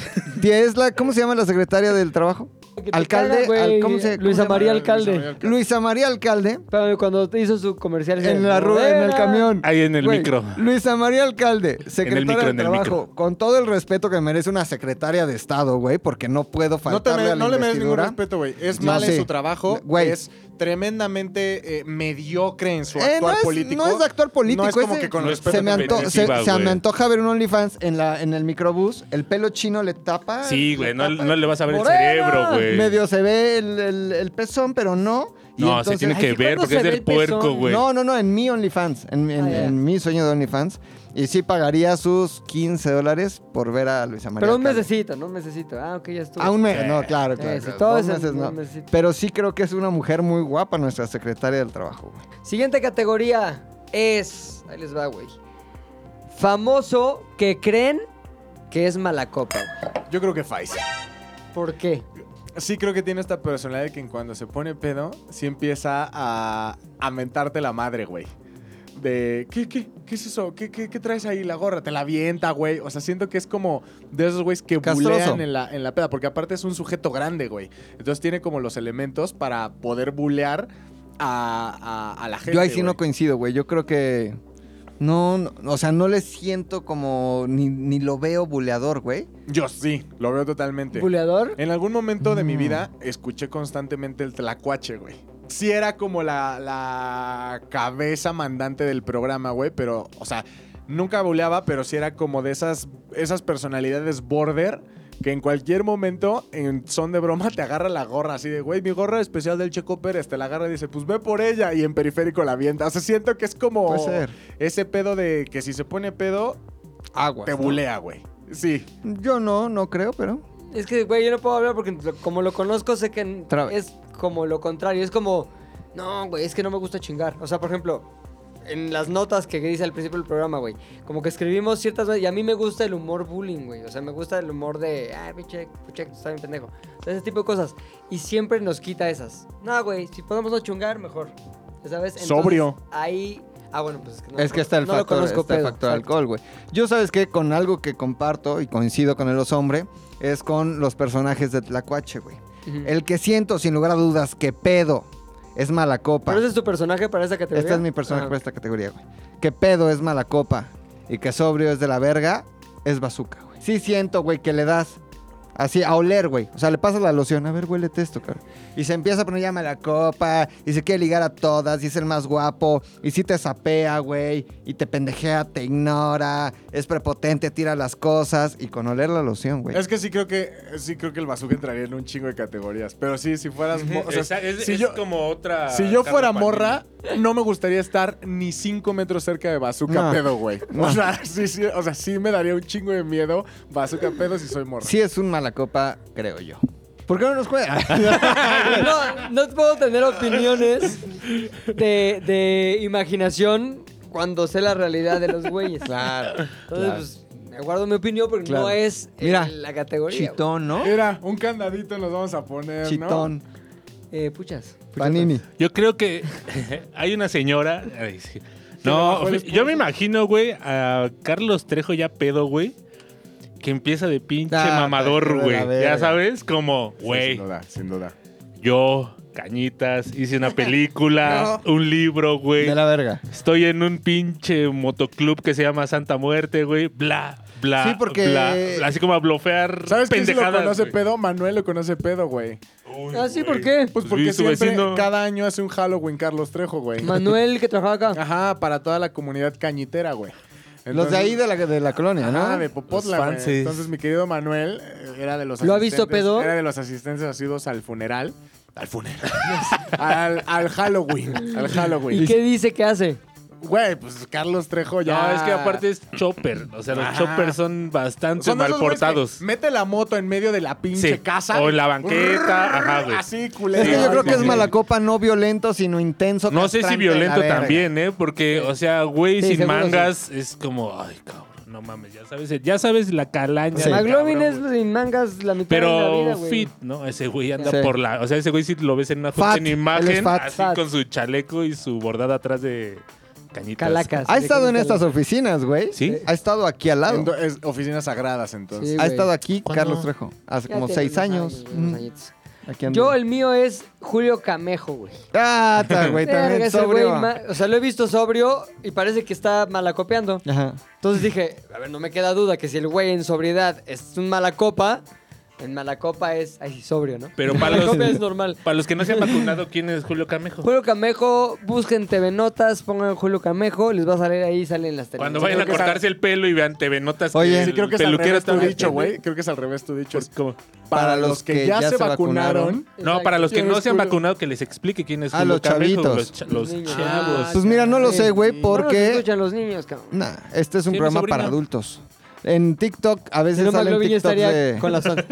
Tía, es la, ¿Cómo se llama la secretaria del trabajo?
Que te
Alcalde.
caga, güey.
al- ¿cómo se- cómo
Luisa
se llama?
María
Luisa
Alcalde.
María.
Luisa María Alcalde.
Pero cuando te hizo su comercial.
Pues
ah,
En la rueda, en el
Modera.
camión.
Ahí en el
Güey,
micro.
Luisa María Alcalde,
En el micro,
secretaria del
en el
trabajo. Con todo el respeto que merece una secretaria de Estado, güey, porque no puedo
No, te
faltarle
mere-
a la
no le mereces ningún
investidura.
respeto, güey. Es
No,
mal
sí.
en su trabajo.
Güey.
Es tremendamente eh, mediocre en su
Eh,
actuar
no, es,
político.
no es de actuar político.
No es como
es de-
que con
No es
respeto.
se me,
te
anto-
mereces.
se,
perspectiva,
se
güey.
me antoja ver un OnlyFans en, la, en el microbús. El pelo chino le tapa.
Sí, güey. No,
le tapa.
no le vas a ver
Morena.
el cerebro, güey.
Medio se ve el, el- el pezón, pero no. Y
No, se
entonces-
tiene que
ay,
ver
¿cuándo
porque
se
es
ve
del
el pezón?
puerco, güey.
No, no, no, en mi OnlyFans. En, en-
Ah, ya.
en mi sueño de OnlyFans. Y sí pagaría sus 15 dólares por ver a Luisa María.
Pero un
Alcalde.
mesecito, ¿no? Un mesecito. Ah, ok, ya estuvo.
A un mes. No, claro,
Sí,
claro.
sí,
claro.
todo
Dos
es en
meses
un
no.
mesecito.
Pero sí creo que es una mujer muy guapa, nuestra secretaria del trabajo. güey.
Siguiente categoría es. Ahí les va, güey. Famoso que creen que es mala copa, güey.
Yo creo que Faiz.
¿Por qué?
Sí, creo que tiene esta personalidad de que en cuando se pone pedo, sí empieza a, a mentarte la madre, güey. De, ¿qué, qué, qué es eso? ¿Qué, qué, qué traes ahí? La gorra, te la avienta, güey. O sea, siento que es como de esos güeyes que
Castroso.
bulean en la, en la peda, porque aparte es un sujeto grande, güey. Entonces tiene como los elementos para poder bulear a, a- a la gente.
Yo ahí sí no
güey.
coincido, güey. Yo creo que. No, no, o sea, no le siento como. Ni, ni lo veo buleador, güey.
Yo sí, lo veo totalmente.
¿Buleador?
En algún momento de mi
Mm.
vida escuché constantemente el tlacuache, güey. Sí era como la, la cabeza mandante del programa, güey, pero, o sea, nunca boleaba, pero sí era como de esas, esas personalidades border que en cualquier momento, en son de broma, te agarra la gorra así de, güey, mi gorra especial del Checo Pérez, te la agarra y dice, pues ve por ella, y en periférico la avienta. O sea, siento que es como
Puede ser.
ese pedo de que si se pone pedo,
Agua.
te bulea, güey. Sí.
Yo no, no creo, pero.
Es que, güey, yo no puedo hablar porque lo- como lo conozco sé que n-
Tra-
es como lo contrario. Es como, no, güey, es que no me gusta chingar. O sea, por ejemplo, en las notas que dice al principio del programa, güey, como que escribimos ciertas veces y a mí me gusta el humor bullying, güey. O sea, me gusta el humor de, ah, pinche, pinche, está bien pendejo. O sea, ese tipo de cosas. Y siempre nos quita esas. No, güey, si podemos no chingar, mejor. Ya ¿Sabes? Entonces,
Sobrio.
Ahí... Ah, bueno, pues es que no,
Es que está el
no lo
factor,
conozco,
está el
pedo,
factor
exacto.
alcohol, güey. Yo sabes que con algo que comparto y coincido con el oso hombre es con los personajes de Tlacuache, güey.
Ujú.
El que siento sin lugar a dudas que pedo es mala copa.
Pero ese es tu personaje para esa categoría.
Este es mi personaje
Ah,
para esta categoría, güey. Que pedo es mala copa y que sobrio es de la verga. es bazooka, güey. Sí siento, güey, que le das así a oler, güey. O sea, le pasas la loción. A ver, huélete esto, cabrón. Y se empieza a poner llama a la copa. Y se quiere ligar a todas. Y es el más guapo. Y sí te sapea, güey. Y te pendejea, te ignora. Es prepotente, tira las cosas. Y con oler la loción, güey.
Es que sí creo que sí creo que el bazooka entraría en un chingo de categorías. Pero sí, si fueras. mo- o sea,
Esa- es,
si
es
yo,
como otra.
si yo
Carmen
fuera
Panini.
morra, no me gustaría estar ni cinco metros cerca de bazooka
No.
pedo, güey. O,
No.
sea, sí, sí, o sea, sí me daría un chingo de miedo bazooka pedo si soy morra.
Sí es un mala copa, creo yo. ¿Por qué no nos juega?
No, no puedo tener opiniones de, de imaginación cuando sé la realidad de los güeyes.
claro.
Entonces,
claro.
pues, me guardo mi opinión porque
Claro.
no es eh,
Mira,
la categoría.
Chitón, ¿no?
Mira, un candadito nos vamos a poner, ¿no?
Chitón.
güey. Eh, puchas.
Panini.
Yo creo que hay una señora. ay, sí. No,
bajó el
yo me imagino, güey, a Carlos Trejo ya pedo, güey. Que empieza de pinche
Ah, te
mamador,
creo de la
güey.
verga.
Ya sabes, como, güey,
Sin duda, sin duda.
yo, cañitas, hice una película, un libro, güey.
De la verga.
Estoy en un pinche motoclub que se llama Santa Muerte, güey. Bla, bla.
Sí, porque-
bla, bla. así como a blofear.
¿Sabes quién sí lo
pendejadas,
conoce
güey.
pedo? Manuel lo conoce pedo, güey.
Uy,
Ah, sí,
güey.
¿por qué?
Pues
Pues
porque
vi su
siempre,
vecino.
cada año hace un Halloween Carlos Trejo, güey.
Manuel, que trabajaba
Ah,
acá.
Ajá, para toda la comunidad cañitera, güey.
Los de ahí de la, de la colonia, ¿no?
Ah, de Popotla,
Los
güey.
fancies.
Entonces, mi querido Manuel eh, era de los
¿Lo ha visto,
asistentes-
pedo?
Era de los asistentes asiduos al funeral. Al funeral. al, al Halloween. Al
¿Y
Halloween.
qué dice que hace?
Güey, pues Carlos Trejo ya.
No, es que aparte es chopper. O sea, los
Ah. Ajá.
choppers son bastante
Son
mal
esos güeyes que
portados.
Mete la moto en medio de la pinche
Sí.
casa.
O en la banqueta, ajá, güey.
Así, culero.
Es que
Sí,
yo creo que es
sí.
mala copa no violento, sino intenso.
No sé si
castrante de la
violento
verga.
también, ¿eh? Porque, o sea, güey
Sí,
sin
seguro
mangas es como, ay, cabrón, no mames, ya sabes, ya sabes la calaña.
Sí.
del
McLovin
cabrón,
es
güey.
pues, sin mangas la mitad de la
Pero
vida, güey.
fit, ¿no? Ese güey anda
Sí.
por la. O sea, ese güey sí lo ves en una
Fat,
foto en
él es
imagen,
fat.
así
Fat.
con su chaleco y su bordada atrás de cañitas.
Calacas.
Ha estado en estas oficinas, güey.
Sí.
Ha estado aquí al lado.
Ento- es oficinas sagradas, entonces.
Sí,
ha
güey.
estado aquí
¿Cuándo?
Carlos Trejo. Hace
Ya
como
tiene
seis
unos
años. Mm.
unos
Ujú.
añitos.
Aquí ando.
Yo, el mío es Julio Camejo, güey.
Ah, está, güey,
Verga,
también
ese güey
sobrio.
ma- O sea, lo he visto sobrio y parece que está malacopeando.
Ajá.
Entonces dije, a ver, no me queda duda que si el güey en sobriedad es un malacopa, en malacopa es, ay, sí, sobrio, ¿no?
Pero para los,
Malacopa es normal.
para los que no se han vacunado, ¿quién es Julio Camejo?
Julio Camejo, busquen TV Notas, pongan Julio Camejo, les va a salir ahí, salen las
Cuando
televisiones.
vayan a
creo que es
cortarse el pelo y vean TV Notas
Oye,
el
Sí, creo que es al
peluquero
revés tu
está-
dicho, güey. Creo que es al revés tu dicho.
Pues, ¿cómo?
Para los que ya se vacunaron.
No, para los que
¿Quién
no
es
se han
Julio?
vacunado, que les explique quién es
Ah,
Julio
los
Camejo,
chavitos.
Los, cha- los
Niños.
chavos.
Ah,
Pues mira, no lo
sí.
sé, güey,
No nos
porque...
escuchan los niños, cabrón.
Nah, este es
Sí,
un
mi
programa
sobrina.
para adultos. En TikTok a veces
Si no,
salen
McLovin ya
TikToks
estaría
de...
con la santa.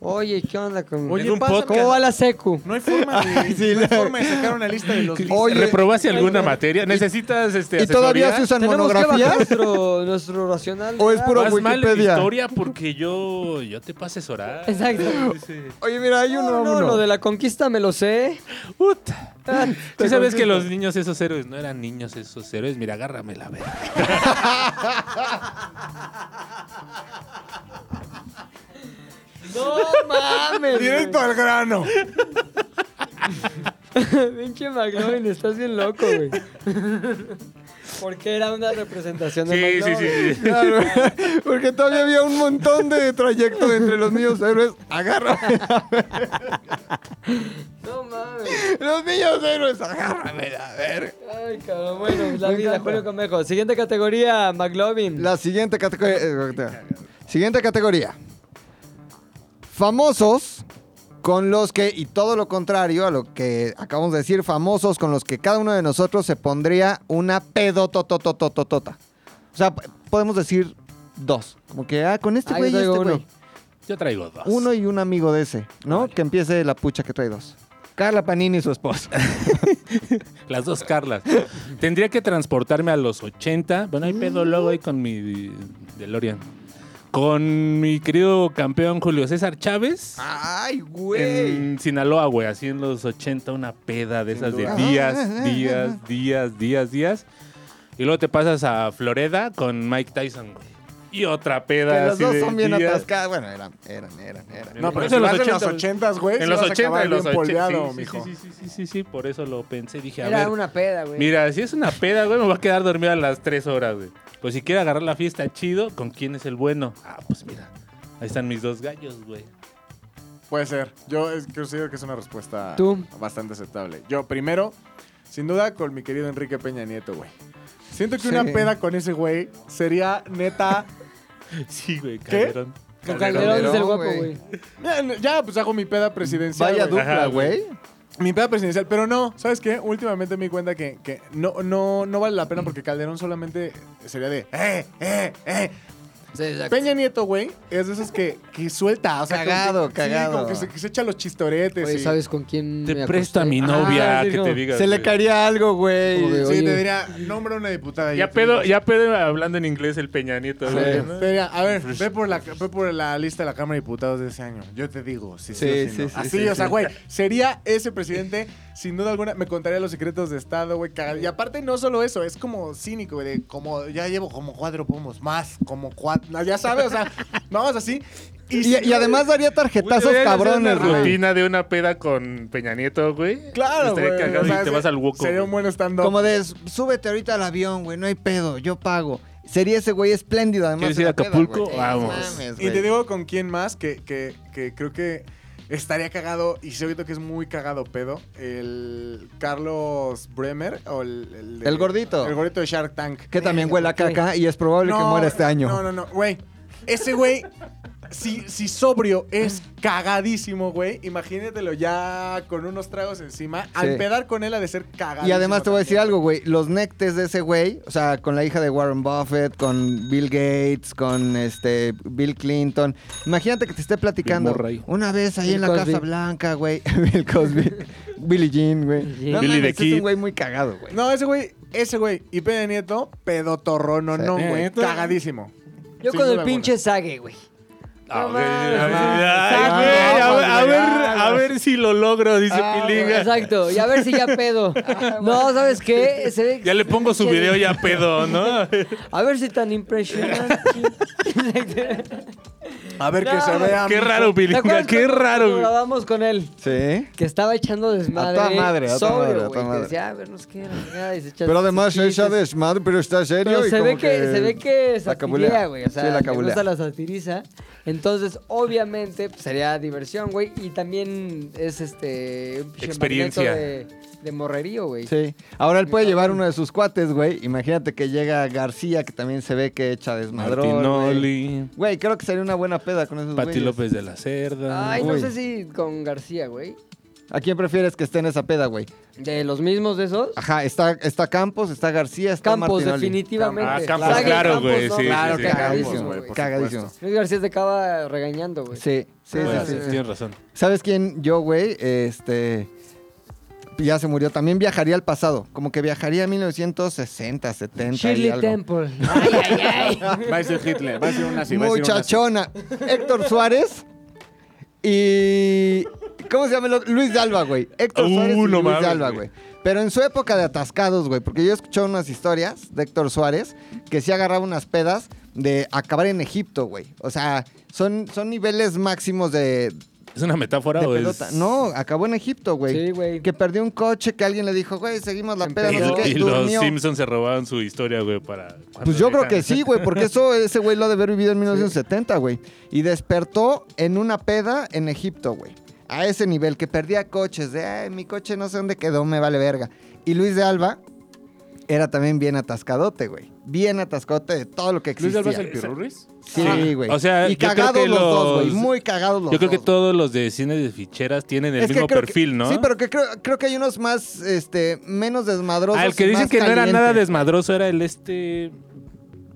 Oye, ¿qué onda con...?
Oye, un
pásame-
podcast.
¿Cómo va la secu?
No hay forma de, no hay forma de sacar una lista de los
Oye.
¿Reprobaste alguna materia? ¿Necesitas este,
¿Y todavía se
asesoría?
usan
Tenemos que bajar
monografías?
nuestro, nuestro racional.
¿O es
¿verdad?
puro
Vas mal en
Wikipedia.
historia porque yo, yo te puedo asesorar.
Exacto.
Dice,
Oye, mira, hay uno a
No, no,
uno.
lo de la conquista me lo sé.
"Puta".
Ah,
¿Tú sabes que los niños esos héroes no eran niños esos héroes? Mira, agárrame la verga.
No mames.
Directo al grano.
güey. Pinche McLovin, estás bien loco, güey. Porque era una representación de
Sí, sí,
McLovin.
sí, sí.
Claro, porque todavía había un montón de trayecto entre los niños héroes. Agárrame.
No mames.
Los niños héroes, agárrame. A ver.
Ay, cabrón. Bueno, la
Me
vida,
encanta.
Julio Comejo. Siguiente categoría, McLovin.
La siguiente categoría. eh, Siguiente categoría. Famosos con los que, y todo lo contrario a lo que acabamos de decir, famosos con los que cada uno de nosotros se pondría una pedotototototota. O sea, p- podemos decir dos. Como que, ah, con este
Ah, yo
güey y este
traigo uno.
güey.
Yo traigo dos.
Uno y un amigo de ese, ¿no? Que empiece la pucha que trae dos. Carla Panini y su esposa.
Las dos Carlas. Tendría que transportarme a los 80. Bueno, hay pedo luego ahí con mi DeLorean. Con mi querido campeón Julio César Chávez.
¡Ay,
En Sinaloa, güey, así en los 80, una peda de
Sin
esas de
duda.
Ajá.
días,
ah,
días, días, días, días. Y luego te pasas a Florida con Mike Tyson, güey. Y otra
Que
peda.
los
así
dos
de
son bien
días.
atascadas. Bueno, eran, eran, eran, eran.
No, pero
Es
si
en los
vas en los
80,
80, güey.
En los 80, en los 80.
bien polveado,
sí,
mijo.
sí, sí, sí, sí, sí, sí, por eso lo pensé. Dije, a
Era
ver,
una peda, güey.
mira, si es una peda, güey, me voy a quedar dormido a las 3 horas, güey. Pues si quiere agarrar la fiesta chido, ¿con quién es el bueno? Ah, pues mira, ahí están mis dos gallos, güey.
Puede ser. Yo es- considero que es una respuesta
¿Tú?
bastante aceptable. Yo primero, sin duda, con mi querido Enrique Peña Nieto, güey. Siento que
Sí.
una peda con ese güey sería neta.
Sí, güey,
¿Qué?
Calderón.
Con
Calderón es el
Calderón,
guapo,
güey.
güey.
Ya, ya, pues hago mi peda presidencial.
Vaya
güey.
dupla,
Ajá,
güey.
Mi peda presidencial, pero no, ¿sabes qué? Últimamente me di cuenta que, que no, no, no vale la pena porque Calderón solamente sería de ¡eh, eh, eh! Peña Nieto, güey, es de esos que, que suelta, o sea, como
Cagado,
que- sí,
cagado.
como que se, que se echa los chistoretes.
Oye,
y-
¿sabes con quién
Te
me
presto a
acosté?
mi
Ah,
novia
sí,
que
como-
te diga.
Se le caería algo,
Como
güey.
de-
Sí,
Oye.
te diría, nombra una diputada. y
Ya
yo te
pedo,
digo,
ya pedo hablando en inglés el Peña Nieto,
Sí.
güey, ¿no?
Te diría, a ver,
Pues,
ve por, la, ve por la lista de la Cámara de Diputados de ese año. Yo te digo, sí,
Sí,
sí, o sí, no.
sí, sí,
Así,
sí,
o sea,
sí.
güey, sería ese presidente, sin duda alguna, me contaría los secretos de Estado, güey. caga- Y aparte, no solo eso, es como cínico, güey, de como, ya llevo como cuatro pomos más, como cuatro, ya sabes, o sea, vamos así.
Y, y además daría tarjetazos
Güey, deberían hacer
cabrones,
una
güey.
rutina de una peda con Peña Nieto, güey.
Claro,
Estaría
güey,
cagado
o sea,
y te
se-
vas al hueco.
Sería un buen stand-up.
Como de, "S- súbete ahorita al avión, güey, no hay pedo, yo pago. Sería ese güey espléndido, además.
¿Quieres
en
ir
la
a
peda,
Acapulco?
güey.
Vamos.
No mames,
Y
Pues, güey.
te digo con quién más, que, que- que creo que estaría cagado, y sé ahorita que es muy cagado pedo, el Carlos Bremer, o el... El, de-
El gordito.
El gordito de Shark Tank.
Que también huele a caca y es probable que muera este año.
eh, No, no, no, güey. Ese güey, si, si sobrio es cagadísimo, güey, imagínatelo ya con unos tragos encima. Al
Sí.
pedar con él ha de ser cagadísimo.
Y además te voy a decir
también.
algo, güey. Los nectes de ese güey, o sea, con la hija de Warren Buffett, con Bill Gates, con este Bill Clinton. Imagínate que te esté platicando
Bill Murray.
una vez ahí
Bill
en la
Cosby.
Casa Blanca, güey. Bill Cosby, Billie Jean, güey.
Billie Jean.
No
Billy the
mames, es
Kid.
un güey muy cagado, güey.
No, ese güey, ese güey. Y Peña Nieto, pedotorrón, no,
Sí.
no, güey.
Nieto.
Cagadísimo.
Yo
Sin
con
duda
el
alguna.
pinche Sage, güey.
Ah,
No
güey,
mames,
a ver,
exacto.
ay, güey, a
Vamos,
ver, a ver,
ya,
a ver si lo logro, dice
Ah,
Pilinga.
Exacto, y a ver si ya pedo.
Ah,
No, ¿sabes qué? Se ve-
Ya le pongo su video ya pedo, ¿no?
A ver si tan impresionante.
A ver que
No,
se vea.
Qué
mijo.
raro,
¿Te
Pilinga,
acuerdas
qué
cuando
raro. güey.
Grabamos con él.
Sí.
Que estaba echando desmadre.
A toda madre, a toda
sobrio,
madre, a toda
güey, que
madre.
Decía, "Ah, a ver, no sé qué, la chingada", y se echa
Pero
sus
además
chistes.
ella es madre, pero está serio.
Pero
y
se
como
ve que, se ve que
la cabulea.
satiría, güey. O sea,
sí, la
le gusta
cabulea.
la satiriza. Entonces, obviamente, pues, sería diversión, güey. Y también es este. un pinche
Experiencia.
magneto De, de morrerío, güey.
Sí. Ahora él puede llevar uno de sus cuates, güey. Imagínate que llega García, que también se ve que echa desmadrón. güey.
Martinoli,
Güey, creo que sería una buena peda con esos
Pati
güeyes.
López de la Cerda.
Ay, no
Uy.
sé si con García, güey.
¿A quién prefieres que esté en esa peda, güey?
De los mismos de esos.
Ajá, está, está Campos, está García, está
Campos,
Ah, Martinoli.
definitivamente.
Ah, Campos,
Sague y
claro, güey,
¿no?
sí,
Claro,
sí, sí.
cagadísimo,
Campos,
güey.
por
Cagadísimo.
supuesto.
Luis García te acaba regañando, güey.
Sí, sí,
Ah,
Bueno,
sí, sí.
sí, pues, Tienes razón.
¿Sabes quién? Yo, güey, este... Ya se murió. También viajaría al pasado. Como que viajaría a 1960, 70 y
Shirley
algo.
Temple. Ay, ay, ay.
Va a ser Hitler, va a ser
Ah,
una
Muchachona. Héctor Suárez y... ¿Cómo se llama? el otro? Luis de Alba, güey. Héctor
Uh,
Suárez y
no
Luis
mames,
de Alba,
güey.
güey. Pero en su época de atascados, güey. Porque yo he escuchado unas historias de Héctor Suárez que sí agarraba unas pedas de acabar en Egipto, güey. O sea, son, son niveles máximos de,
¿Es una metáfora
de
o
pelota.
es...?
No, acabó en Egipto, güey.
Sí, güey.
Que perdió un coche, que alguien le dijo, güey, seguimos la peda,
Y,
no sé qué.
y los
durmió.
Simpsons se robaron su historia, güey, para...
Pues yo creo que sí, güey, porque eso ese güey lo ha de haber vivido en 1970, güey. Y despertó en una peda en Egipto, güey. A ese nivel, que perdía coches, de, ay, mi coche no sé dónde quedó, me vale verga. Y Luis de Alba era también bien atascadote, güey. Bien atascadote de todo lo que
Luis
existía.
Alba es el Pirurris.
Sí, güey.
Ah, O sea,
y
yo creo
cagados
que
los dos, güey.
los-
Muy cagados los
Yo creo que
dos, güey.
todos los de cine de ficheras tienen el
Es que
mismo
creo que-
perfil, ¿no?
Sí, pero que creo, creo que hay unos más, este, menos desmadrosos.
Al Ah, que
y
dicen
más
que no era
calientes.
nada desmadroso era el este...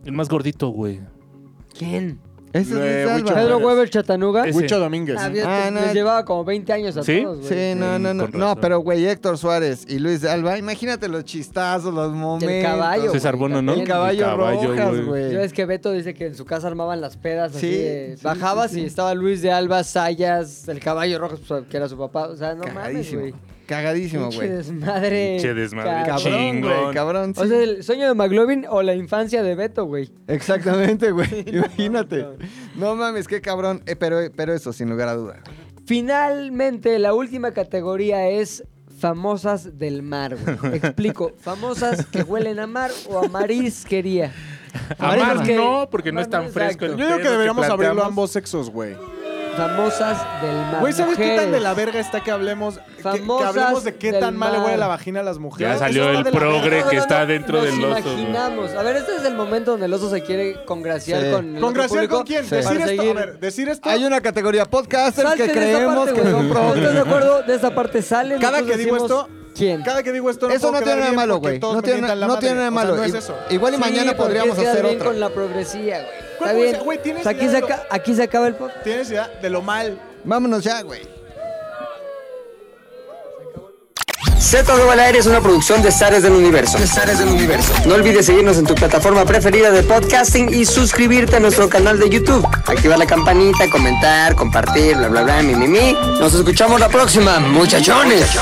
El más gordito, güey.
¿Quién?
Ese es
Lo
Luis
Eh,
de
de Alba.
Huicho
Pedro
Álvarez.
Weber Chatanuga.
Ese.
Huicho Domínguez.
Ah,
¿no?
bien,
Ah, no.
Les llevaba como 20 años a
¿Sí?
todos, güey.
Sí, no,
Mm,
no, no.
con
No,
razón.
pero güey, Héctor Suárez y Luis de Alba, imagínate los chistazos, los momentos.
El caballo.
César
güey,
Bono, ¿no?
también.
El caballo,
El caballo,
rojas,
güey.
Ya
güey.
ves que Beto dice que en su casa armaban las pedas. así
Sí,
de-
sí,
bajabas
sí, sí.
y estaba Luis de Alba, Sayas, el caballo rojo, pues, que era su papá. O sea, no mames,
Cagadísimo.
güey.
Cagadísimo,
Pinche
güey.
desmadre.
Pinche desmadre,
Cabrón,
Chingón.
güey, cabrón.
O
sí.
sea, el sueño de McLovin o la infancia de Beto, güey.
Exactamente, güey. Imagínate. No mames, qué cabrón. Eh, pero, pero eso, sin lugar a duda.
Finalmente, la última categoría es famosas del mar, güey. Explico. Famosas que huelen a mar o a marisquería. Amarillo,
Amar
porque-
no, porque no es tan
Exacto.
fresco. el
Yo digo
pedo
que deberíamos abrirlo a
planteamos.
ambos sexos, güey.
Famosas del mar.
Güey, ¿sabes qué tan de la
mujeres.
verga está que hablemos? que- Que,
Famosas
hablemos de qué
del
tan mal le
mar.
huele la vagina a las mujeres.
Ya
Eso
salió
está
el
de la
progre
verga.
que está dentro
nos
del oso, güey.
imaginamos. A ver, este es el momento donde el oso se quiere congraciar
Sí.
con el otro
¿Congraciar con
público
quién?
para
Decir esto, a
seguir.
ver, decir esto.
Hay una categoría podcasters
Salte
que
de esa
creemos
parte,
que
güey.
son
¿No
progres.
estás de acuerdo? De esa parte sale.
Cada
nosotros
que digo
decimos,
esto,
¿Quién?
Cada que digo esto, no
Eso no
puedo
tiene nada de
quedar bien
malo,
porque
güey.
todos
No
me
tiene,
mientan la
no
madre.
tiene nada de
O sea,
malo.
no es
I-
eso.
Igual y
Sí,
mañana
porque
podríamos
quedas
hacer
bien
otra.
con la progresía, güey. Está
¿Cuál
bien.
puede ser? Güey, tienes
O sea, aquí,
idea
se
de lo-
aca- aquí se acaba el podcast.
Tienes idea de lo mal.
Vámonos ya, güey.
Z2 al aire es una producción de Zares del Universo. del Universo. No olvides seguirnos en tu plataforma preferida de podcasting y suscribirte a nuestro canal de YouTube. Activar la campanita, comentar, compartir, bla, bla, bla, mi, mi, mi. Nos escuchamos la próxima, muchachones.